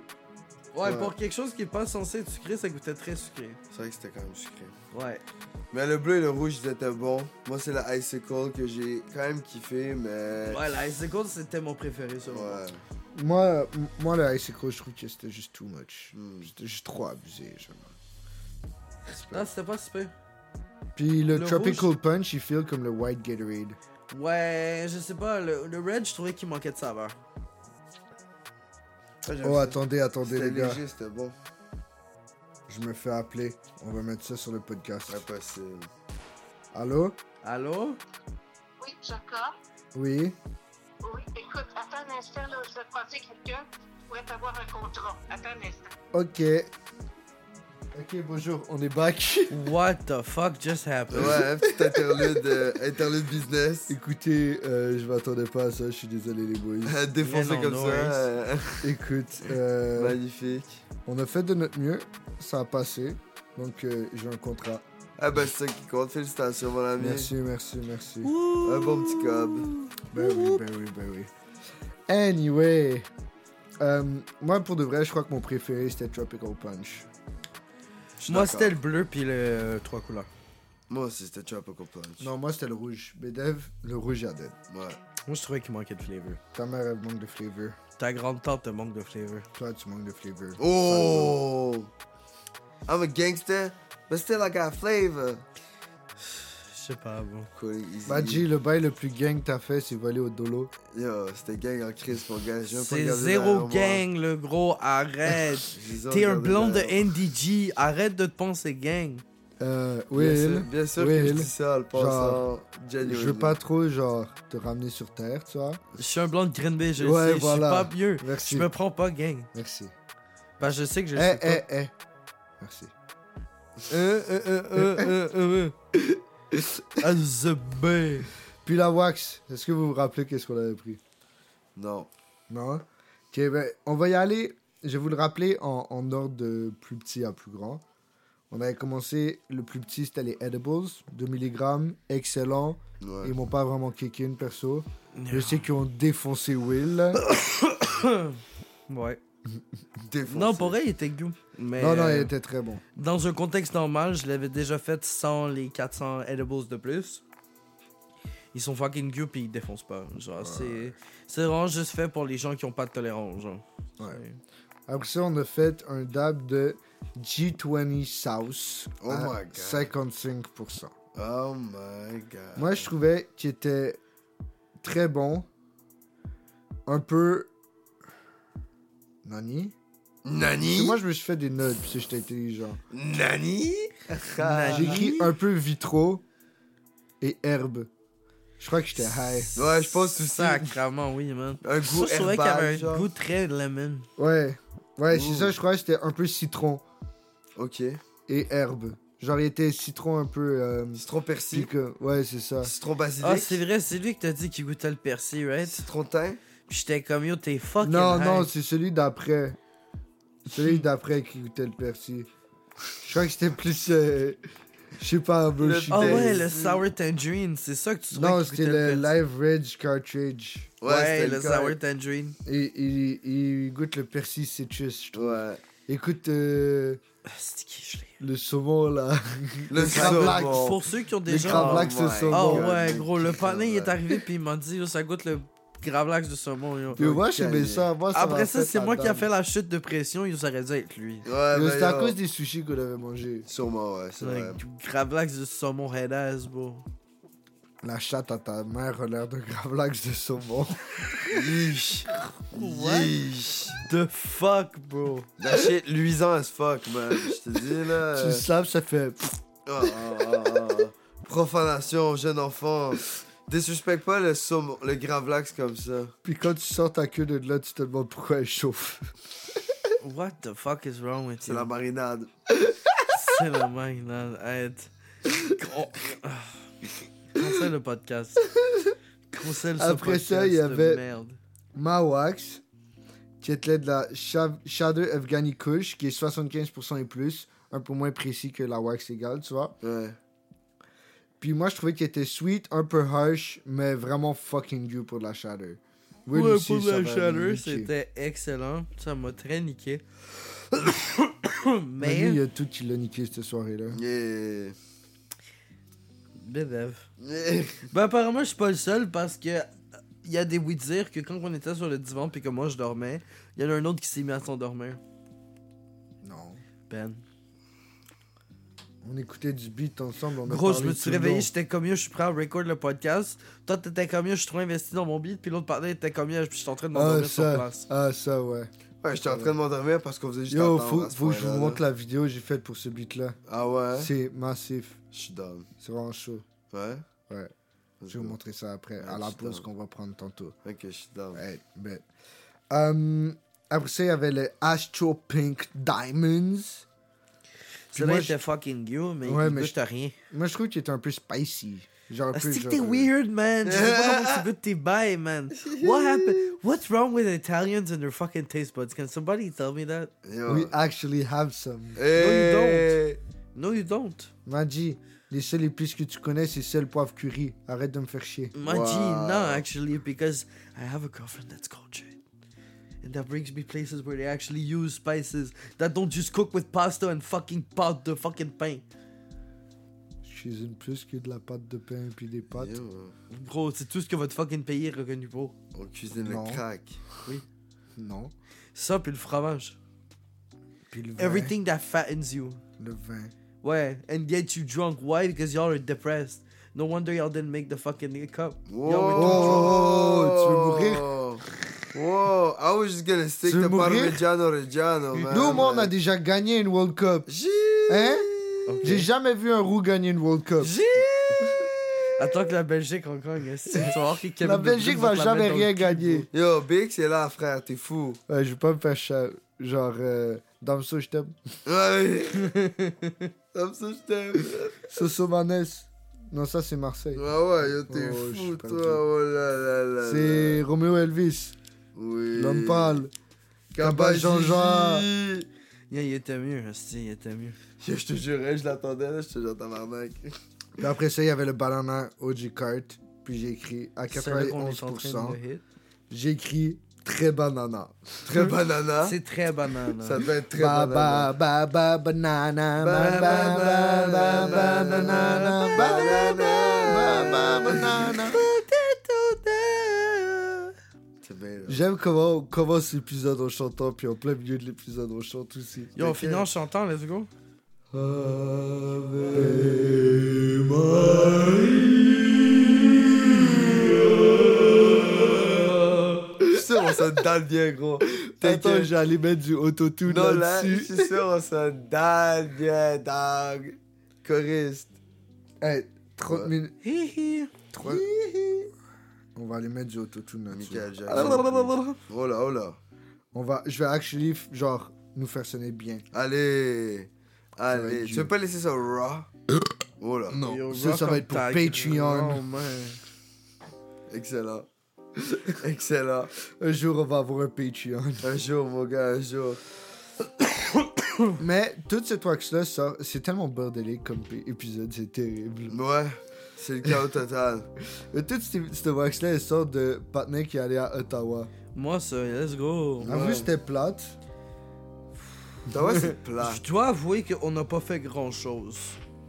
Ouais,
Ouais.
pour quelque chose qui est pas censé être sucré, ça goûtait très sucré.
C'est vrai que c'était quand même sucré.
Ouais.
Mais le bleu et le rouge, ils étaient bons. Moi, c'est la Icicle que j'ai quand même kiffé, mais.
Ouais, la Ice Gold, c'était mon préféré, ça.
Ouais.
Moi, m- moi le Ice Cold, je trouve que c'était juste too much.
Hmm.
C'était juste trop abusé. genre.
Non, Ah, c'était pas super.
Puis le,
Le
Tropical Punch, il feel comme le White Gatorade.
Ouais, je sais pas, le, le Red, je trouvais qu'il manquait de saveur.
Ah, j'aime
Oh,
ça.
attendez, attendez,
C'était
les gars.
léger, c'était bon.
Je me fais appeler. On va mettre ça sur le podcast.
Impossible.
Allô?
Allô?
Oui, Jacob.
Oui?
Oui, écoute, attends un instant, là, je vais te passer quelqu'un qui pourrait avoir un contrat. Attends un instant.
Ok. Ok, bonjour, on est back. <laughs>
What the fuck just happened?
Ouais, petit interlude, euh, interlude
<laughs>
business.
Écoutez, euh, je m'attendais pas à ça, je suis désolé les boys.
<laughs> Euh, Défoncé
Mais non,
comme
no
ça.
worries.
euh, <laughs>
Écoute, euh,
Magnifique.
on a fait de notre mieux, ça a passé, donc euh, j'ai un contrat.
Ah, bah, c'est ça qui compte. Félicitations, mon ami.
Merci, merci, merci.
Ouh.
Un bon petit cob.
Ben oui, ben oui, ben oui. Anyway, euh, moi pour de vrai, je crois que mon préféré c'était Tropical Punch.
Je suis
Moi,
d'accord.
c'était le bleu puis le euh, trois couleurs.
Moi aussi, c'était Tropical Punch.
Non, moi c'était le rouge. Bedev, le rouge à dead.
Ouais.
Moi, je trouvais qu'il manquait de flavor.
Ta mère elle manque de flavor,
Ta grande tante te manque de flavor.
toi tu manques de flavor.
Oh! I'm a gangster, but still I got flavor.
Je sais pas, bon.
Cool, easy.
Badji, le bail le plus gang que t'as fait, c'est voler au dolo.
Yo, c'était gang en crise, mon gars. Je viens pas
C'est
regarder
zéro
derrière moi.
gang, le gros, arrête.
<laughs> Je les ai
T'es un
regardés
blond de
derrière.
NDG, arrête de te penser gang.
Euh,
Bien
Will,
sûr- bien sûr que je
Will,
dis ça en le
genre,
pensant.
je veux pas trop, genre, te ramener sur terre, tu vois.
Je suis un blanc de Green Bay, je
Ouais,
sais, je suis
voilà.
pas mieux.
Merci.
Je me prends pas, gang.
Merci.
Parce que je sais que je
Eh,
sais pas.
eh, eh. Merci.
Euh, euh, euh, euh,
eh,
euh, euh, euh. <laughs> Ah, the bay.
Puis la wax, est-ce que vous vous rappelez qu'est-ce qu'on avait pris
Non.
Non Ok, ben, on va y aller. Je vais vous le rappeler en, en ordre de plus petit à plus grand. On avait commencé, le plus petit c'était les edibles, 2 mg, excellent.
Ouais.
Ils m'ont pas vraiment kické une perso. Je sais qu'ils ont défoncé Will. là.
Ouais.
Défoncé.
Non, pour vrai, il était goût. Mais
non, non,
euh,
il était très bon.
dans un contexte normal, je l'avais déjà fait sans les 400 edibles de plus. Ils sont fucking goût pis ils défoncent pas. Genre, c'est c'est vraiment juste fait pour les gens qui ont pas de tolérance. Genre.
Ouais. Après ça, on a fait un dab de G20 South
Oh
à
my God.
55%.
Oh my god.
Moi, je trouvais qu'il était très bon. Un peu. Nani Parce
Nani
que Moi, je me suis fait des notes parce que j'étais intelligent.
Nani
J'ai écrit un peu vitro et herbe. Je crois que j'étais high.
Ouais, je pense aussi.
Sacrement, oui, man.
Un
Ça,
goût
je trouvais qu'il y
herbal,
avait un
genre.
goût très lemon.
Ouais. Ouais, c'est
Ouh.
ça, je crois que c'était un peu citron
Ok.
et herbe. Genre, il était citron un peu. euh,
Citron persil.
pique- Ouais, c'est ça.
Citron basilic.
Ah, c'est vrai, c'est lui qui t'a dit qu'il goûtait le persil, right?
Citron thym.
Puis j'étais comme, yo, t'es fucking
Non,
high.
non, c'est celui d'après.
<laughs>
Celui d'après qui goûtait le persil. Je crois que c'était plus. euh, je sais pas, bullshit.
Ah ouais,
Des-
le sour tangerine, c'est ça que tu trouvais
Non,
qui
c'était
goûtait
le
persil.
Live Rage cartridge.
Ouais,
c'était
le
correct.
sour tangerine.
Et il, il goûte le persil citrus, je trouve.
Ouais.
Écoute euh,
Ah, c'est qui, je l'ai. Ah,
le saumon là.
Le
crabes lacs.
saumon.
Pour ceux qui ont
Les
déjà.
crabes
crabes
lacs,
Oh
c'est
my
saumon.
Ah
Oh,
ouais,
God.
gros, le panin il est
Ouais.
arrivé puis il m'a dit, yo, ça goûte le gravlax de saumon. yo.
Puis moi, j'aimais ça. Moi, ça
Après
m'a
ça,
fait
c'est
la
moi qui a
dalle.
fait la chute de pression, il aurait dû être lui.
Ouais,
Mais
mais
C'était à
yo.
cause des sushis qu'on avait mangé.
Sûrement, ouais, c'est vrai.
Le Gravlax de saumon head ass, bro.
La chatte à ta mère a l'air de grave lacs de saumon.
Yeesh.
What?
Yeesh.
The fuck, bro.
La shit luisant as fuck, man. Je te dis, là.
Tu le
euh,
slaps, ça fait.
Ah, ah, ah, ah. Profanation, jeune enfant. Désuspecte pas le saumon, le gravlax comme ça.
Puis quand tu sors ta queue de là, tu te demandes pourquoi elle chauffe.
What the fuck is wrong with
C'est
you?
la marinade.
C'est la marinade. Hey, t- Con- Ah. Cancel le podcast. Cancel ce
Après
podcast
ça, il y
de
avait-
Merde.
Ma wax, qui était de la Shav- Shadow Afghani Kush, qui est 75% et plus, un peu moins précis que la wax égale, tu vois.
Ouais.
Puis moi, je trouvais qu'il était sweet, un peu harsh, mais vraiment fucking due pour la Shadow. Will
Ouais,
aussi,
pour
ça
la
va
chaleur,
niquer.
c'était excellent. Ça m'a très
<coughs>
niqué.
Mais lui, il
Mais.
y a tout qui l'a niqué cette soirée-là.
Yeah.
Bédève.
Yeah.
Ben, apparemment, je suis pas le seul parce que. euh, Il y a des oui dire que quand on était sur le divan puis que moi je dormais, il y en a un autre qui s'est mis à s'endormir.
Non.
Ben.
On écoutait du beat ensemble. On a
Gros, je
parlé
me suis
tout le
réveillé,
long.
j'étais comme yo, je suis prêt à record le podcast. Toi, t'étais comme yo, je suis trop investi dans mon beat, puis l'autre partenaire était comme yo, puis je suis en train de
Ah
m'endormir sur
ça,
place.
ah ça, ouais.
Ouais, j'étais en train de m'endormir parce qu'on faisait juste
Yo,
attendre
faut,
à ce
faut que je
point-là,
vous
là.
montre la vidéo que j'ai faite pour ce beat-là.
Ah
Hein?
ouais?
C'est massif.
Je suis down.
C'est vraiment chaud.
Ouais?
Ouais. Je
Let's
vais vous
go.
montrer ça après, à
Ouais,
la
tu
pause
t'en-
qu'on va prendre tantôt.
Ok, je suis down.
Ouais, mais... Hum, après ça, il y avait le Astro Pink Diamonds. Puis
Celui-là
moi,
était fucking you, mais
Ouais,
il
mais
goûte à rien.
Moi, je trouve qu'il était un peu spicy. Genre un peu
C'est que
genre,
t'es
euh,
weird, man. Je sais pas comment tu goûtes tes bails, man.
<laughs>
What happened? What's wrong with Italians and their fucking taste buds? Can somebody tell me that?
Yo.
We actually have some.
Euh, Hey.
No, you don't.
Maji, les seules épices que tu connais, c'est sel, poivre, curry. Arrête de me faire chier.
Maji,
Wow.
no, actually, because I have a girlfriend that's cultured. And that brings me places where they actually use spices that don't just cook with pasta and fucking pot de fucking pain.
Je cuisine plus que de la pâte de pain et puis des pâtes.
Yo.
Gros, c'est tout ce que votre fucking pays est reconnu pour.
On cuisine
Non.
le crack.
Non.
Ça, puis le fromage.
Puis le vin.
Everything that fattens you.
Le vin.
Ouais, and gets you drunk. Why? Because y'all are depressed. No wonder y'all didn't make the fucking cup.
Wow.
Yo, we
Oh, tu veux
Wow, I was just gonna stick
Tu veux
to
mourir?
Parmigiano Reggiano, man.
Nous, moi, on a
man.
déjà gagné une World Cup.
J'ai-
Hein
Ok.
J'ai jamais vu un roux gagner une World Cup.
J'ai-
Attends que la Belgique encore gagne. C'est
La Belgique va jamais rien gagner.
Yo, Big, c'est là, frère, t'es fou.
Ouais, je vais pas me faire cha- genre euh, Damso, je t'aime. <laughs>
Ouais. Comme ça, je t'aime.
Soso Manes. Non, ça c'est Marseille.
Ah ouais, yo, t'es
Oh, je
fou,
suis pas
toi.
inquiet.
Oh là là là là.
C'est Romeo Elvis.
Oui.
L'homme pâle. Cabal Jean-Jean.
Jean-Jean.
il était mieux, hostie, il était mieux.
Yo, je te jurais, je l'attendais, là, je te jure,
<laughs>
tabarnak.
Puis après ça, il y avait le Banana OG Cart. Puis j'ai écrit à
C'est là qu'on est en train de
91%.
hit.
J'ai écrit très banana.
Très
Hein?
banana.
C'est très hein. banal.
Ça doit être très
Ba
banana.
ba ba ba banana. Ba ba ba ba ba banana. Banana. Ba ba banana.
C'est bien, là.
J'aime comment on commence l'épisode en chantant, puis en plein milieu de l'épisode on chante aussi.
Yo, on finit en chantant, let's go.
Ave
Je suis sûr, on se dalle bien, gros.
Attends,
T'inquiète.
j'allais mettre du autotune
Non, là, je
là-dessus.
suis sûr, on se dalle bien, dog. Choriste.
Hey, 30 Eh, minutes.
Hi hi.
trois- On va aller mettre du autotune là-dessus.
Michael Jackson. Oh là, oh là.
On va... Je vais actually, f- genre, nous faire sonner bien.
Allez.
va être
Allez. Tu
dur.
veux pas laisser ça
<coughs>
raw? Oh là.
Yo,
ça,
rock
ça
Oh,
va être pour
ta
Patreon.
grande mère.
Excellent.
<coughs>
Excellent.
Un jour, on va avoir
<laughs>
un Patreon.
Un jour, mon gars, un jour.
Mais toute cette wax-là, ça, c'est tellement bordélique comme p- épisode, c'est terrible. Euh,
Ouais, c'est le chaos total.
Mais toute cette, cette wax-là, elle sort de Patnay qui est allé à Ottawa.
Moi, ça, let's go.
En plus, c'était plate.
T'as vu, c'est plat.
<coughs>
Je dois avouer qu'on n'a pas fait grand chose.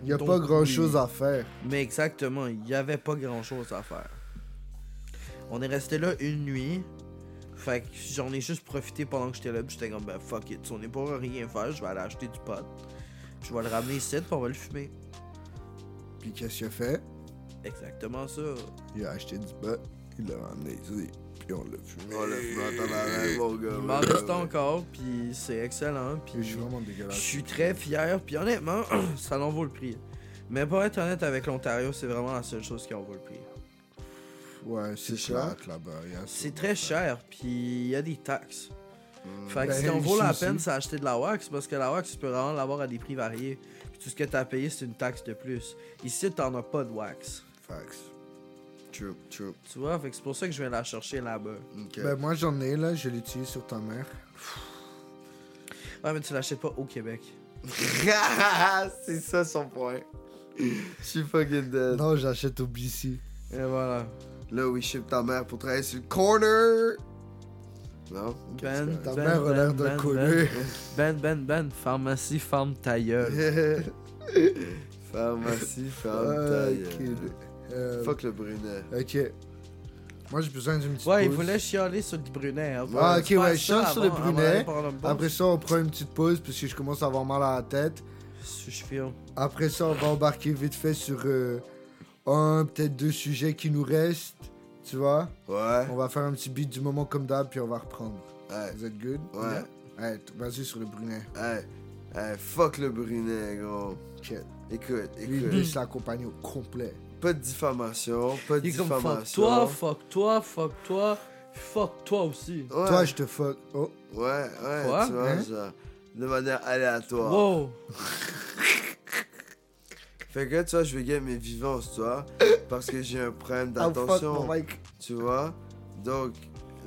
Il n'y a
Donc,
pas grand
oui.
chose à faire.
Mais exactement, il n'y avait pas grand chose à faire. On est resté là une nuit. Fait que j'en ai juste profité pendant que j'étais là. Puis j'étais comme, ben fuck it, on est pas à rien faire. Je vais aller acheter du pot. Je vais le ramener ici, puis on va le fumer.
Puis qu'est-ce qu'il a fait
Exactement ça.
Il a acheté du pot, il l'a ramené ici, puis on l'a fumé.
Oh, le flan, t'as la main, mon gars.
Il
mon
m'en
gars.
reste encore, puis c'est excellent.
Puis je
Puis
suis vraiment
je
dégueulasse.
suis très fier. Puis honnêtement, <clears throat> ça n'en vaut le prix. Mais pour être honnête avec l'Ontario, c'est vraiment la seule chose qui en vaut le prix.
Ouais, c'est
C'est
plate là-bas. il y a
C'est
ça.
très cher, puis il y a des taxes.
Mm.
Fait que
Ben,
si on vaut
ici
la
aussi.
peine, c'est acheter de la wax parce que la wax, tu peux vraiment l'avoir à des prix variés. Puis tout ce que t'as payé, c'est une taxe de plus. Ici, t'en as pas de wax.
Facts.
True, true.
Tu vois, fait que c'est pour ça que je viens la chercher là-bas.
Ok.
Ben moi j'en ai là, je l'ai utilisé sur ta mère.
Ouais, Ah, mais tu l'achètes pas au Québec.
<laughs> c'est ça son point. Je suis fucking dead.
Non, j'achète au BC.
Et voilà.
Là, oui, ship ta mère pour travailler sur le corner. Non? Ok,
Ben,
c'est
Ta
Ben,
mère a l'air
ben,
d'un
ben,
connu.
Ben, ben, ben, pharmacie, ferme ta gueule. <laughs>
correct. Pharmacie, ferme ta gueule.
Ok. Euh,
Fuck le brunet.
Ok. Moi j'ai besoin d'une petite
Ouais, il
pause.
voulait chialer sur le brunet. hein.
Ah,
Faut
ok,
faire
ouais,
ça
chiale sur le
avant- avant
Brunet.
d'aller par le bord.
Après ça on prend une petite pause parce que je commence à avoir mal à la tête.
Je suis fier.
Après ça on va embarquer vite fait sur euh, un, peut-être deux sujets qui nous restent. Tu vois
Ouais.
On va faire un petit beat du moment comme d'hab puis on va reprendre.
Ouais.
Vous êtes good
Ouais.
Ouais, t- vas-y sur le brunet.
Hey, hey, fuck le brunet, gros.
Ok.
Écoute,
Lui, il
écoute.
laisse la compagnie au complet.
Pas de diffamation, pas de
Il est comme fuck
diffamation. hein.
toi, fuck toi, fuck toi, fuck toi aussi.
Ouais,
Toi, je te fuck. Oh,
ouais, ouais,
Quoi?
tu vois,
Hein?
genre, de manière aléatoire.
Wow.
Fait que là, tu vois, je vais gagner mes vivances, tu vois, parce que j'ai un problème
Ah, fuck
d'attention,
mon mic.
tu vois. Donc,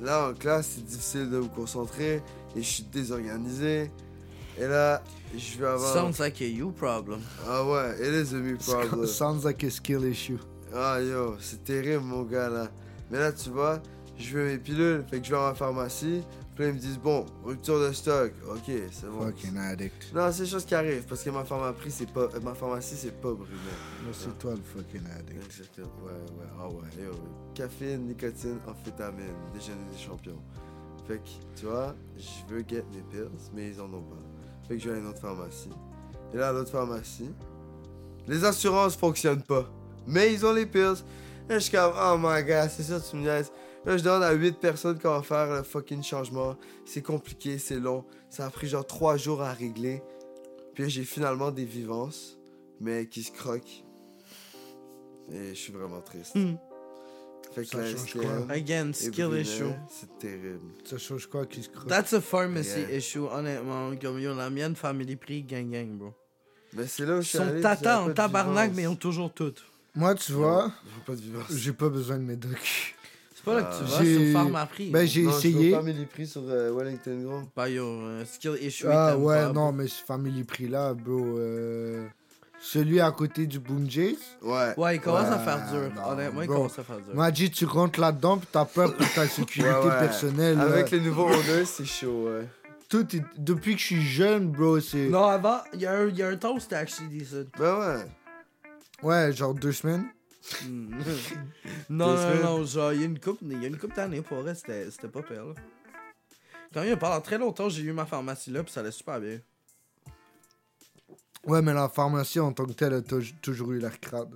là, en classe, c'est difficile de me concentrer, et je suis désorganisé. Et là, je vais avoir...
Sounds like a you problem.
Ah ouais, it is a me problem.
Sounds like a skill issue.
Ah yo, c'est terrible mon gars là. Mais là tu vois, je veux mes pilules, fait que je vais à la pharmacie. Puis là, ils me disent bon, rupture de stock. Ok, c'est bon.
Fucking addict.
Non, c'est des choses qui arrivent parce que ma pharmacie c'est pas, euh, ma pharmacie c'est pas brûlant.
Non, C'est toi le fucking addict.
Exactement. Ouais ouais. Ah ouais. Yo, caféine, nicotine, amphétamine, déjeuner des champions. Fait que tu vois, je veux get mes pills, mais ils en ont pas. Fait que je vais à une autre pharmacie. Et là, à l'autre pharmacie, les assurances fonctionnent pas. Mais ils ont les pills. Là, je suis comme, oh my god, c'est ça, tu me niaises. Là, je demande à 8 personnes comment faire le fucking changement. C'est compliqué, c'est long. Ça a pris genre 3 jours à régler. Puis là, j'ai finalement des vivances. mais qui se croque. Et je suis vraiment triste.
Hmm.
Fait que
Ça
la
change
STM
quoi?
est
Again, skill
brûlée,
issue.
C'est terrible.
Ça change quoi qui se croque
That's a pharmacy
Yeah.
issue, honnêtement. Comme yo, la mienne, Family Prix, gang gang, bro.
Mais c'est là où
Ils
je suis
sont
allé,
tata
j'avais
en
pas de
tabarnak,
violence.
mais ils ont toujours tout.
Moi, tu vois,
Je veux pas de violence.
j'ai pas besoin de médoc.
C'est pas là que tu
Ah.
vas,
J'ai-
c'est Pharma Prix.
Ben, j'ai
Non, je veux
essayé.
pas mis les prix sur euh, Wellington Grand.
Bah yo, euh, skill issue.
Ah
ils t'aiment
ouais,
pas,
non, mais ce Family Prix là, bro. euh, Celui à côté du Boom Jays.
Ouais.
bro. Ouais, il commence à faire
Ouais,
dur.
non,
Honnêtement, il
bro.
commence à faire dur.
M'a dit, tu rentres là-dedans, pis t'as peur pour ta sécurité
Ouais, ouais.
personnelle.
Avec
euh,
les nouveaux Honda, c'est chaud, ouais.
tout est- Depuis que je suis jeune, bro, c'est.
Non, avant, il y, a un- il y a un temps où c'était actually decent.
Ben ouais.
Ouais, genre deux semaines.
Mm. non, non,
semaines.
non, genre, il y a une coupe, il y a une coupe d'années pour vrai, c'était c'était pas pire, là. Quand même, pendant très longtemps, j'ai eu ma pharmacie là, puis ça allait super bien.
Ouais, mais la pharmacie en tant que telle a tou- toujours eu l'air crade.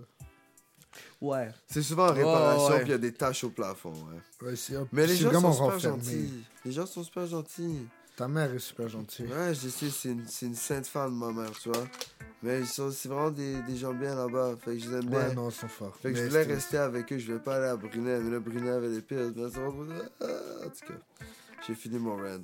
Ouais.
C'est souvent en réparation,
Ouais, ouais.
puis il y a des taches au plafond, ouais.
Ouais, c'est un-
Mais les
c'est
gens
vraiment
sont super
renfermé.
gentils. Les gens sont super gentils.
Ta mère est super gentille.
Ouais, je sais, c'est une, c'est une sainte femme, ma mère, tu vois. Mais ils sont, c'est vraiment des, des gens bien là-bas. Fait que je les aime bien.
Ouais, non, ils sont forts.
Fait que je
Mais
voulais
c'était-
rester avec eux, je voulais pas aller à Brunel, mais là Brunel avait des pires. mais ça m'a posé- Ah, en tout cas, j'ai fini mon rant.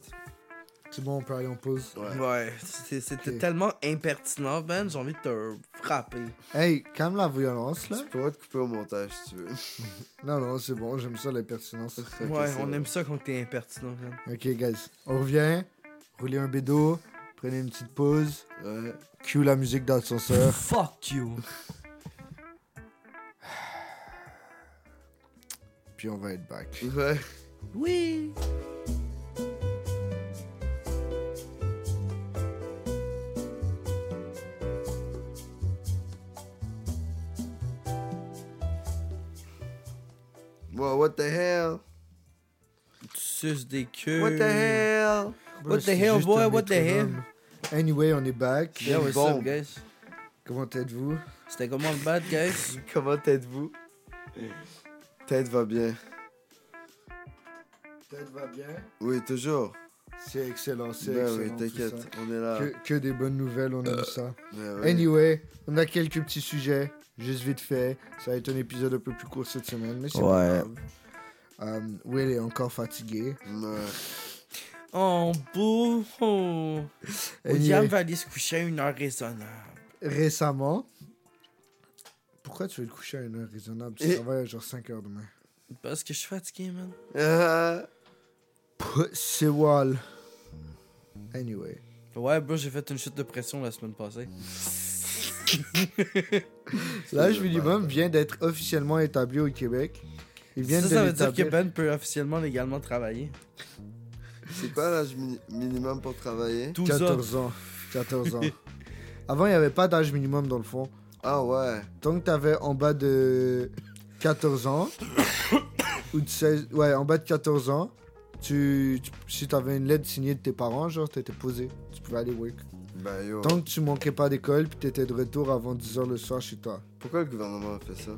C'est bon, on peut aller en pause.
Ouais.
Ouais, c'est- c'était
Ok.
tellement impertinent, Ben, j'ai envie de te frapper.
Hey, calme la violence, là.
Tu pourras te couper au montage si tu veux.
Non, non, c'est bon, j'aime ça, la pertinence.
Ok,
ouais,
c'est
on
bon.
aime ça quand t'es impertinent, Ben.
Ok, guys, on revient. Roulez un bédo, prenez une petite pause.
Ouais.
Cue la musique d'ascenseur.
Fuck you.
Puis on va être back.
Ouais.
Oui.
Moi, what the hell?
Tu suces des queues.
What the
Euh.
hell?
What the
C'est
hell,
juste
boy,
un
what the hell?
métronome. Anyway, on est back.
Yeah, what's
Bon.
up, guys?
Comment êtes-vous?
C'était comment le bad, guys?
Comment t'êtes-vous? Tête va bien.
Tête va bien.
Oui, toujours.
C'est excellent, c'est
Ben
excellent.
oui,
tout
t'inquiète,
ça.
on est là.
Que, que des bonnes nouvelles, on aime ça.
Ben oui.
Anyway, on a quelques petits sujets, juste vite fait. Ça va être un épisode un peu plus court cette semaine, mais c'est pas
Ouais.
grave. Euh, Will est encore fatigué.
Ouais.
Oh, beau. Oh. William
Anyway,
va aller se coucher à une heure raisonnable.
récemment. Pourquoi tu veux te coucher à une heure raisonnable Tu
Et-
travailles à genre 5 heures demain.
Parce que je suis fatigué, man.
Euh,
Ah,
Pouh, C'est wall. Anyway.
Ouais, bro, j'ai fait une chute de pression la semaine passée.
Là, je minimum vient d'être officiellement établi au Québec. Il vient
Ça,
de
ça veut dire que
l'établir.
Ben peut officiellement légalement travailler.
C'est quoi l'âge mini- minimum pour travailler?
12 ans.
14 ans.
<laughs>
14 ans. Avant, il n'y avait pas d'âge minimum dans le fond.
Ah ouais.
Tant que t'avais en bas de 14 ans, <coughs> ou de 16, ouais, en bas de 14 ans, tu, tu- si t'avais une lettre signée de tes parents, genre, t'étais posé. Tu pouvais aller work.
Ben yo.
Tant que tu manquais pas d'école, puis t'étais de retour avant 10h le soir chez toi.
Pourquoi le gouvernement a fait ça?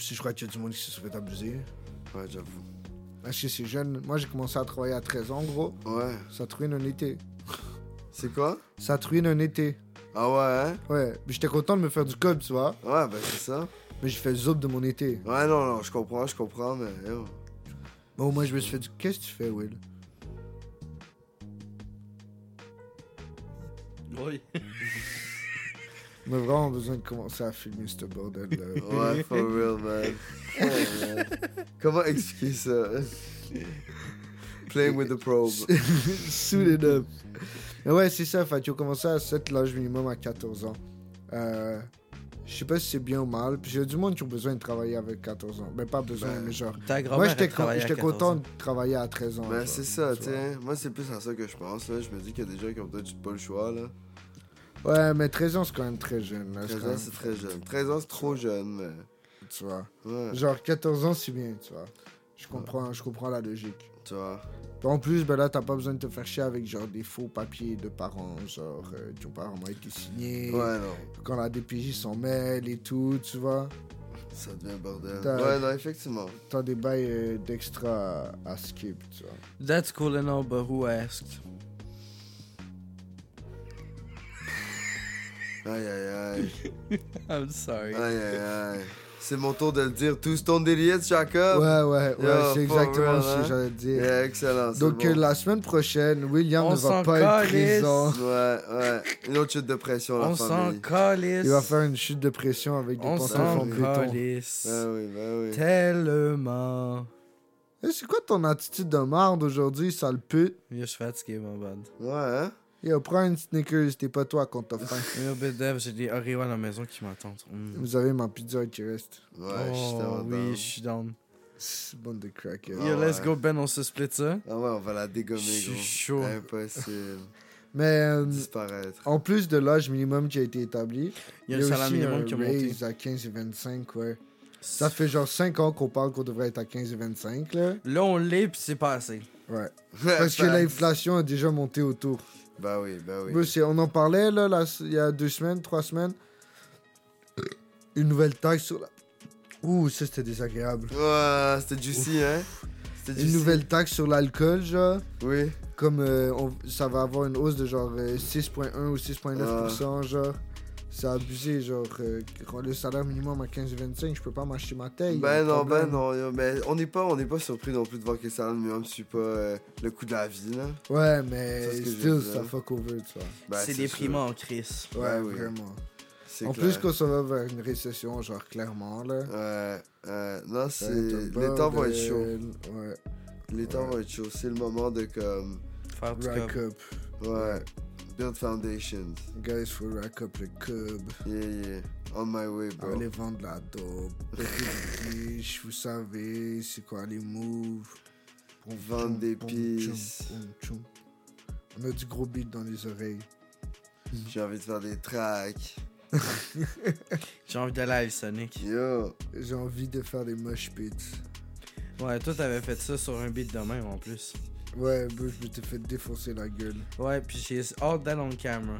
Si je crois qu'il y a du monde qui se serait abusé.
Ouais, j'avoue.
Parce que c'est jeune. Moi, j'ai commencé à travailler à 13 ans, gros.
Ouais.
Ça te ruine un été.
C'est quoi?
Ça te ruine un été.
Ah ouais, hein?
Ouais. Mais J'étais content de me faire du cob, tu vois.
Ouais, ben c'est ça.
Mais j'ai fait le zob de mon été.
Ouais, non, non, je comprends, je comprends, mais yo.
Bon, moi, je me suis fait du. Qu'est-ce que tu fais, Will <laughs>
Oui.
On a vraiment besoin de commencer à filmer ce bordel là. <laughs>
Ouais, for real, man. Ouais, man. Comment expliquer ça? Playing with the probe.
<laughs> Suited up. Mais ouais, c'est ça, fait, tu as commencé à 7 l'âge minimum à 14 ans. Euh, je sais pas si c'est bien ou mal. Puis j'ai du monde qui ont besoin de travailler avec 14 ans. Mais pas besoin,
Ouais.
mais genre.
Ta
moi,
grand-mère, elle
j'étais con-
travaille à
j'étais
14
content
ans.
de travailler à 13 ans.
Ben
genre.
c'est ça,
tu
tu sais. Moi, c'est plus à ça que je pense, là. Je me dis qu'il y a des gens qui ont peut-être pas le choix, là.
Ouais, mais 13 ans, c'est quand même très jeune. Là,
13
quand
ans,
même-
c'est très jeune. 13 ans, c'est trop jeune,
Tu vois.
mais. Ouais,
Genre, 14 ans, c'est bien, tu vois. Je comprends, je comprends la logique.
tu vois.
Puis en plus, ben là, t'as pas besoin de te faire chier avec genre des faux papiers de parents, genre, euh, qui ont pas vraiment été signés.
Ouais, non.
quand la DPJ s'en mêle et tout, tu vois.
Ça devient bordel.
T'as-
Ouais, non, effectivement.
T'as des bails euh, d'extra à- à skip, tu vois.
That's cool and all, but who asked?
Aïe, aïe, aïe.
I'm sorry.
Aïe, aïe, aïe. C'est mon tour de le dire. Two stone idiot, Jacob.
Ouais, ouais, ouais,
Yo,
c'est
for
exactement
real,
ce que
hein.
j'allais dire.
Yeah, excellent. c'est
Donc,
bon.
euh, la semaine prochaine, William
On
ne va
s'en
pas être
calisse.
présent.
Ouais, ouais. Une autre chute de pression, la
On s'en
famille.
calisse.
Il va faire une chute de pression avec des
On
pantalons en
s'en
béton.
calisse.
Ben oui, ben oui.
Tellement.
Eh, c'est quoi ton attitude de marde aujourd'hui, sale pute?
Yo, Je suis fatigué, mon bad.
Ouais, hein?
Yo, prends une sneakers, t'es pas toi quand t'as faim.
Yo, Bedev, j'ai des Oreo à la maison qui m'attendent. Mm.
Vous avez ma pizza qui reste.
Ouais, je suis
oh,
tellement
oui,
down.
je suis down.
Bande de crackers.
Ah
Yo, let's
ouais.
go, Ben, on se split ça.
Ah ouais, on va la dégommer,
Je suis chaud.
gros. Impossible.
Mais euh,
Disparaître.
en plus de l'âge minimum qui a été établi,
Il y a le salaire
aussi
minimum
un
qui a monté.
raise à 15 et 25, ouais. Ça fait genre 5 ans qu'on parle qu'on devrait être à 15 et 25, là.
Là, on l'est, puis c'est pas assez.
Ouais. Parce que l'inflation a déjà monté autour.
Bah oui, bah oui.
Moi, c'est- On en parlait, là, la- il y a deux semaines, trois semaines. Une nouvelle taxe sur la... Ouh, ça, c'était désagréable.
Ouais, c'était juicy, hein? C'était
Une
juicy.
nouvelle taxe sur l'alcool, genre.
Oui.
Comme euh, on- ça va avoir une hausse de genre euh, 6,1 ou
Ah.
6,9%, genre. C'est abusé, genre. euh, rends le salaire minimum à 15,25, je peux pas m'acheter ma taille. y a
Ben
un
non, ben
problème.
non, yo, mais on n'est pas, on n'est pas surpris non plus de voir que ça minimum suit pas euh, le coût de la vie là.
Ouais,
C'est ce
mais
que je
still,
veux dire.
ça fuck over, tu vois.
Ben,
c'est
sûr.
déprimant, Chris.
Ouais,
Ben oui.
vraiment.
C'est
En
clair.
plus, qu'on s'en va vers une récession, genre, clairement, là.
Ouais, ouais, non,
ça
c'est.
va être au bord
Les temps vont
de-
être chauds.
Ouais,
Les temps vont être chauds. C'est le moment de comme.
Faire du
rack
cop.
up.
Ouais. Build foundations.
Guys, faut rack up le cub.
Yeah, yeah. On my way, bro.
Allez vendre la dope. Riche, vous savez, c'est quoi les moves. Poum,
Vendre
tchoum,
des
poum,
pisses.
tchoum, poum, tchoum. On a du gros beat dans les oreilles.
J'ai envie de faire des tracks.
J'ai envie d'aller à Live Sonic.
Yo.
J'ai envie de faire des mosh pits.
Ouais, toi, t'avais fait ça sur un beat de même en plus.
Ouais, bro, je me t'ai fait défoncer la gueule.
Ouais, puis j'ai all that on camera.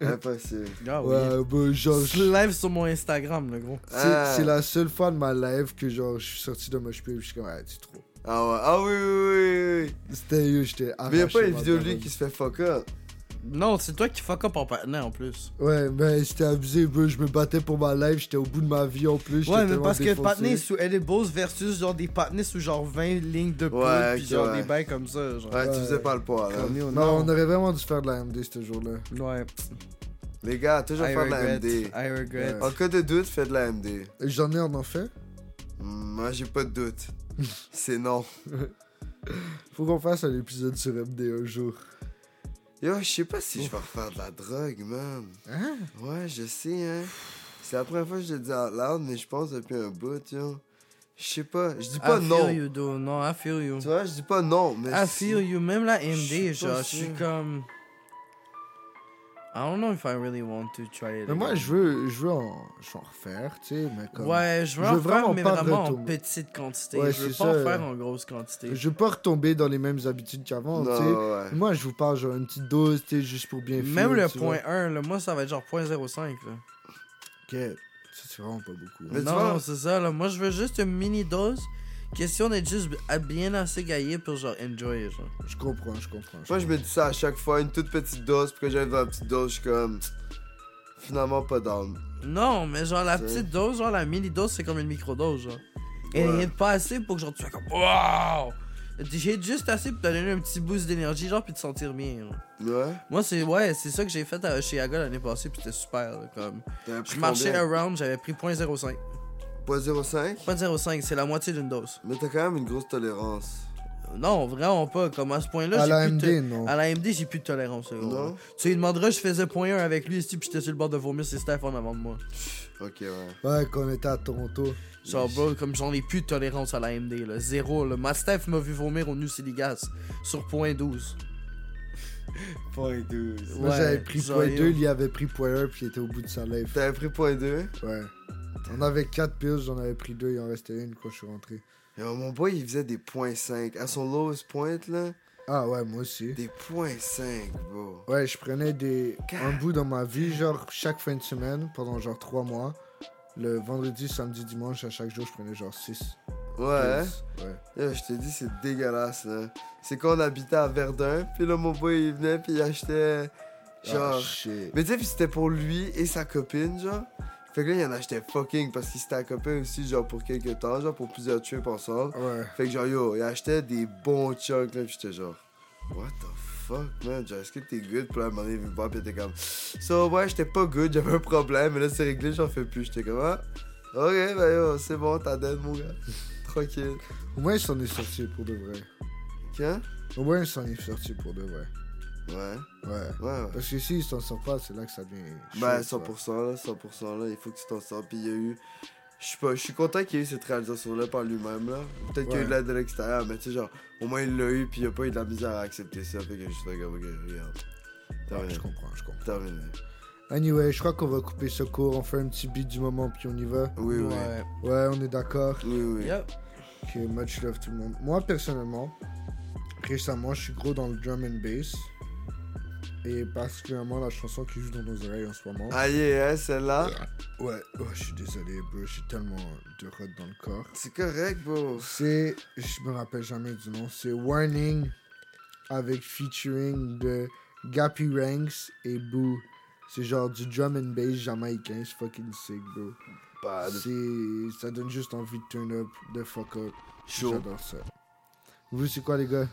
Impossible.
Ah oui.
ouais, bro, genre,
Je
je-
live sur mon Instagram, le gros.
c'est
Ah.
c'est la seule fois de ma life que genre, je suis sorti de mosh pit. Je suis comme, ah, c'est trop.
Ah ouais. Ah oui, oui, oui, oui.
C'était yo, j'étais
Mais y'a
arraché
pas une
ma
vidéo de lui
daronne.
qui se fait fuck up.
Non, c'est toi qui fuck up en partenaire en plus.
Ouais, mais c'était abusé, bro. Je me battais pour ma life, j'étais au bout de ma vie en plus. j'étais
Ouais, mais
tellement
parce que
défoncé.
partenaire sous Edibles versus genre des partenaires sous genre 20 lignes de plus,
Ouais,
puis
ok,
genre des
ouais.
bails comme ça. Genre.
Ouais, tu
Ouais.
faisais pas le poids là.
Comme yo,
Non, on aurait vraiment dû faire de la MD ce jour-là.
Ouais.
Les gars, toujours
I
faire de la
regret.
MD.
I regret.
En cas de doute, fais de la MD.
J'en ai, on en fait.
Hmm, Moi, j'ai pas de doute. C'est non.
Faut qu'on fasse un épisode sur MD un jour.
Yo, je sais pas si je vais refaire de la drogue, man.
Hein?
Ouais, je sais, hein. C'est la première fois que je le dis out loud, mais je pense depuis un bout, yo. Je sais pas. Je dis pas
I feel
Ah, non.
you, dude. Non, I feel you.
Tu vois, je dis pas non, mais.
I
je-
feel you. Même la
suis
MD,
pas
genre, je suis
sûr.
comme. I don't know if I really want to try it.
Mais moi,
again.
je veux, je veux en, je veux en refaire, tu sais, mais comme.
Ouais, je veux
Je
en
veux vraiment
faire, mais
pas de
vraiment en
retour.
petite quantité.
Ouais,
je veux
c'est
pas en
ça.
faire en grosse quantité.
Je veux pas retomber dans les mêmes habitudes qu'avant, tu sais.
Non, ouais.
Moi, je vous parle genre une petite dose, tu sais, juste pour bien
Même
feel,
le
tu
point 1, là, moi, ça va être genre 0.05. Là.
vois. Ok, ça c'est vraiment pas beaucoup.
Mais tu
non,
vois-
non, c'est ça. Là. Moi, je veux juste une mini-dose. Question d'être juste à- bien assez gaillé pour genre enjoy. Genre.
Je comprends, je comprends. je
Moi, je me dis ça à chaque fois, une toute petite dose, puis que j'arrive dans la petite dose, je suis comme. Finalement, pas down.
Non, mais genre la
C'est-
petite dose, genre la mini-dose, c'est comme une micro-dose. Genre. Et
Ouais.
il n'y a pas assez pour que genre tu sois comme Wow! J'ai juste assez pour te donner un petit boost d'énergie, genre, puis te sentir bien. genre.
Ouais.
Moi, c'est ouais, c'est ça que j'ai fait à Chicago l'année passée, puis c'était super. là, comme.
T'avais pris
Je marchais
combien?
around, j'avais pris 0.05.
Pas 0,5
0.05, c'est la moitié d'une dose.
Mais t'as quand même une grosse tolérance.
Non, vraiment pas. Comme à ce point-là,
à
j'ai
la
plus
MD,
de...
non.
À la MD, j'ai plus de tolérance. là,
Non.
ouais. Tu lui demanderas, je faisais point 1 avec lui, ici, puis j'étais sur le bord de vomir, c'est Steph en avant de moi.
Ok, ouais.
Ouais, quand on était à Toronto.
Genre,
Yes.
bro, comme j'en ai plus de tolérance à la MD, là. Zéro, là. Ma Steph m'a vu vomir au New City Gas sur point 12.
Point 12.
Moi,
Ouais,
j'avais pris
genre,
point
yo.
2, lui avait pris point 1, puis il était au bout de sa life.
T'avais pris point 2
Ouais. On avait 4 pills, j'en avais pris 2, il en restait une quand je suis rentré.
Yo, mon boy, il faisait des points 5. À son lowest point, là,
Ah ouais, moi aussi.
des points 5, bro.
Ouais, je prenais des...
God.
un bout dans ma vie, genre chaque fin de semaine, pendant genre 3 mois. Le vendredi, samedi, dimanche, à chaque jour, je prenais genre 6.
Ouais, hein?
Ouais.
Yo, je te dis, c'est dégueulasse, là. C'est quand on habitait à Verdun, puis là, mon boy, il venait, puis il achetait. Genre.
Ah, shit.
Mais tu sais, puis c'était pour lui et sa copine, genre. Fait que là, il en achetait fucking parce qu'il s'était copain aussi, genre, pour quelques temps, genre, pour plusieurs trips ensemble.
Ouais.
Fait que genre, yo, il achetait des bons chunks, là, pis j'étais genre, what the fuck, man, genre, est-ce que t'es good? Puis là, à un moment donné, il vient me voir, pis il était comme, so, ouais, j'étais pas good, <laughs> j'avais un problème, mais là, c'est réglé, j'en fais plus. J'étais comme, ah, ok, ben yo, c'est bon, t'as dead, mon gars. <laughs> Tranquille.
Au moins, il s'en est sorti pour de vrai.
Qu'un?
Au moins, il s'en est sorti pour de vrai.
Ouais,
Ouais.
ouais, ouais.
Parce que s'il s'en sort pas, c'est là que ça devient. chaud,
Ben,
tu vois.
100%, là, 100%, là, il faut que tu t'en sors, pis il y a eu. Je suis pas- je suis content qu'il y ait eu cette réalisation-là par lui-même, là. Peut-être qu'il y a eu de
Ouais.
l'aide de l'extérieur, mais tu sais, genre, au moins il l'a eu, pis il a pas eu de la misère à accepter ça. Fait que juste, regarde, ok, regarde.
Ouais,
Terminé.
je comprends, je comprends.
Terminé.
Anyway, je crois qu'on va couper ce cours, on fait un petit beat du moment, puis on y va.
Oui, oui.
Ouais.
Ouais, on est d'accord.
Oui, oui.
Yep.
Ok, much love tout le monde. Moi, personnellement, récemment, je suis gros dans le drum and bass. Et particulièrement la chanson qui joue dans nos oreilles en ce moment.
Aïe, hein, celle-là.
Ouais, oh, je suis désolé, bro, j'ai tellement de rot dans le corps.
C'est correct, bro.
C'est, je me rappelle jamais du nom, c'est Warning avec featuring de Gappy Ranks et Boo. C'est genre du drum and bass jamaïcain, c'est fucking sick, bro.
Pas de
C'est... Ça donne juste envie de turn up, de fuck up.
chaud.
J'adore ça. Vous, c'est quoi, les gars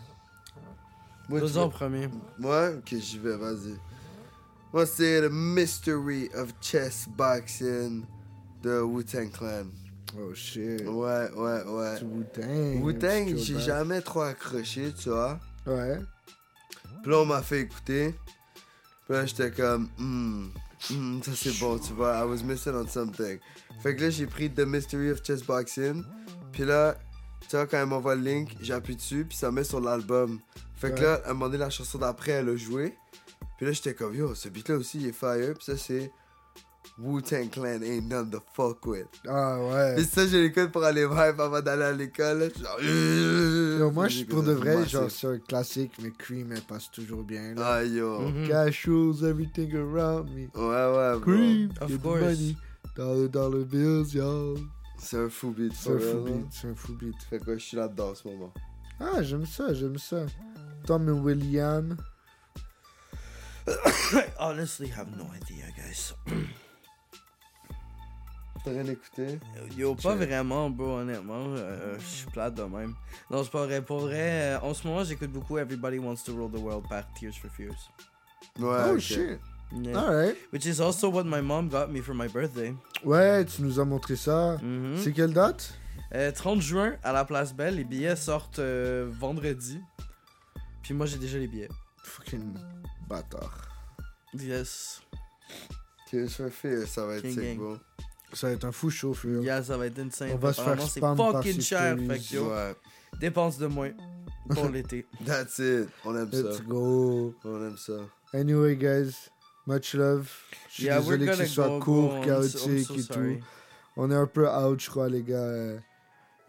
Moi, tu
Deux en premier.
veux- Moi, ok, j'y vais, vas-y. Moi, c'est The Mystery of Chess Boxing de Wu-Tang Clan.
Oh shit.
Ouais, ouais, ouais.
C'est Wu-Tang.
Wu-Tang,
petit
j'ai
throwback.
jamais trop accroché, tu vois.
Ouais.
Puis là, on m'a fait écouter. Puis là, j'étais comme, hmm, hmm, ça c'est bon, tu vois, I was missing on something. Fait que là, j'ai pris The Mystery of Chess Boxing. Puis là, tu vois, quand elle m'envoie le link, j'appuie dessus, puis ça met sur l'album. Fait que
Ouais.
là, à un moment donné, la chanson d'après, elle a joué. Puis là, j'étais comme, yo, ce beat-là aussi, il est fire. Puis ça, c'est Wu-Tang Clan ain't none to fuck with.
Ah ouais.
Puis ça, je l'écoute pour aller vibe avant d'aller à l'école. là. Je suis
Yo,
genre, <laughs>
moi, je suis pour de vrai,
Massif.
genre, c'est un classique, mais Cream, elle passe toujours bien. Là.
Ah, yo.
Mm-hmm.
Mhm.
Cashews, everything around me.
Ouais, ouais, bro.
Cream,
Of
of
course.
money. Dans le, dans le bills, yo.
C'est un fou beat.
C'est un
for
fou
real, hein.
beat, c'est un fou beat.
Fait quoi, je suis là-dedans en ce moment.
Ah, j'aime ça, j'aime ça. Tom et William.
I honestly have no idea, guys.
T'as rien écouté?
Yo, pas vraiment, bro, honnêtement. euh, je suis plate de même. Non, c'est pas vrai. Pour vrai, euh, en ce moment, j'écoute beaucoup Everybody Wants to Rule the World par Tears for Fears.
Ouais.
oh
ok.
shit.
Yeah.
Alright.
Which is also what my mom got me for my birthday.
Ouais, tu nous as montré ça.
Mhm.
C'est quelle date
Euh, 30 juin, à la Place Belle, les billets sortent euh, vendredi. Puis moi, j'ai déjà les billets.
Fucking bâtard.
Yes.
Tears for Fears, ça va être
King
sick,
Gang.
bro.
Ça va être un fou show, frérot.
Yeah, ça va être insane.
On va se faire
Apparemment,
spam par
c'est fucking
ces
cher.
stories.
Fait que yo,
Ouais.
dépense de moins
<laughs>
pour l'été.
That's it. On aime
Let's
ça.
go.
On aime ça.
Anyway, guys, much love. Je suis
Yeah, we're
désolé que ce
gonna
soit
go, bro.
court,
I'm so- I'm
chaotique
so
et
sorry.
tout. On est un peu out, je crois, les gars. Euh,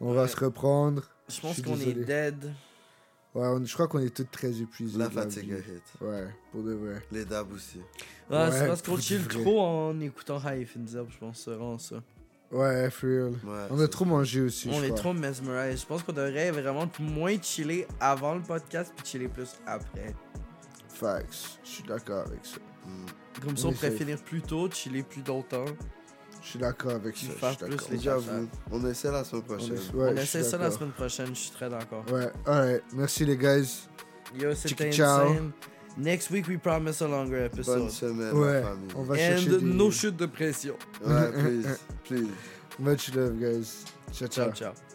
On va
Ouais.
se reprendre.
Je
Je
pense
suis
qu'on est
désolé.
dead.
Ouais, on- je crois qu'on est tous très épuisés.
La
de la
fatigue a
vie.
hit.
Ouais, pour de vrai.
Les dabs aussi.
Ah,
Ouais,
c'est parce qu'on
pour
chill
de vrai.
trop en écoutant High Fins Up, je pense, c'est vraiment ça.
Ouais, for real.
Ouais.
On
ça-
a trop mangé aussi,
On
je
est
crois.
trop mesmerized. Je pense qu'on devrait vraiment moins chiller avant le podcast puis chiller plus après.
Facts. Je suis d'accord avec ça.
Mm.
Comme ça,
On
on pourrait
essaye.
finir plus tôt, chiller plus longtemps.
Je suis d'accord avec
Qu'il
ça. Je
fasse
suis
plus
d'accord.
les
J'avoue. On essaie la semaine
On
prochaine.
est- ouais,
on
je
essaie
suis
ça la
d'accord.
semaine prochaine, je suis très d'accord.
Ouais, alright. Merci, les guys.
Yo, c'était
Chicky ciao.
insane. Next week, we promise a longer
Bonne
episode.
semaine,
Ouais,
la famille.
on va
And
chercher des...
no chutes de pression.
<laughs>
Ouais, please. Please.
Much love, guys. Ciao, ciao.
Ciao, ciao.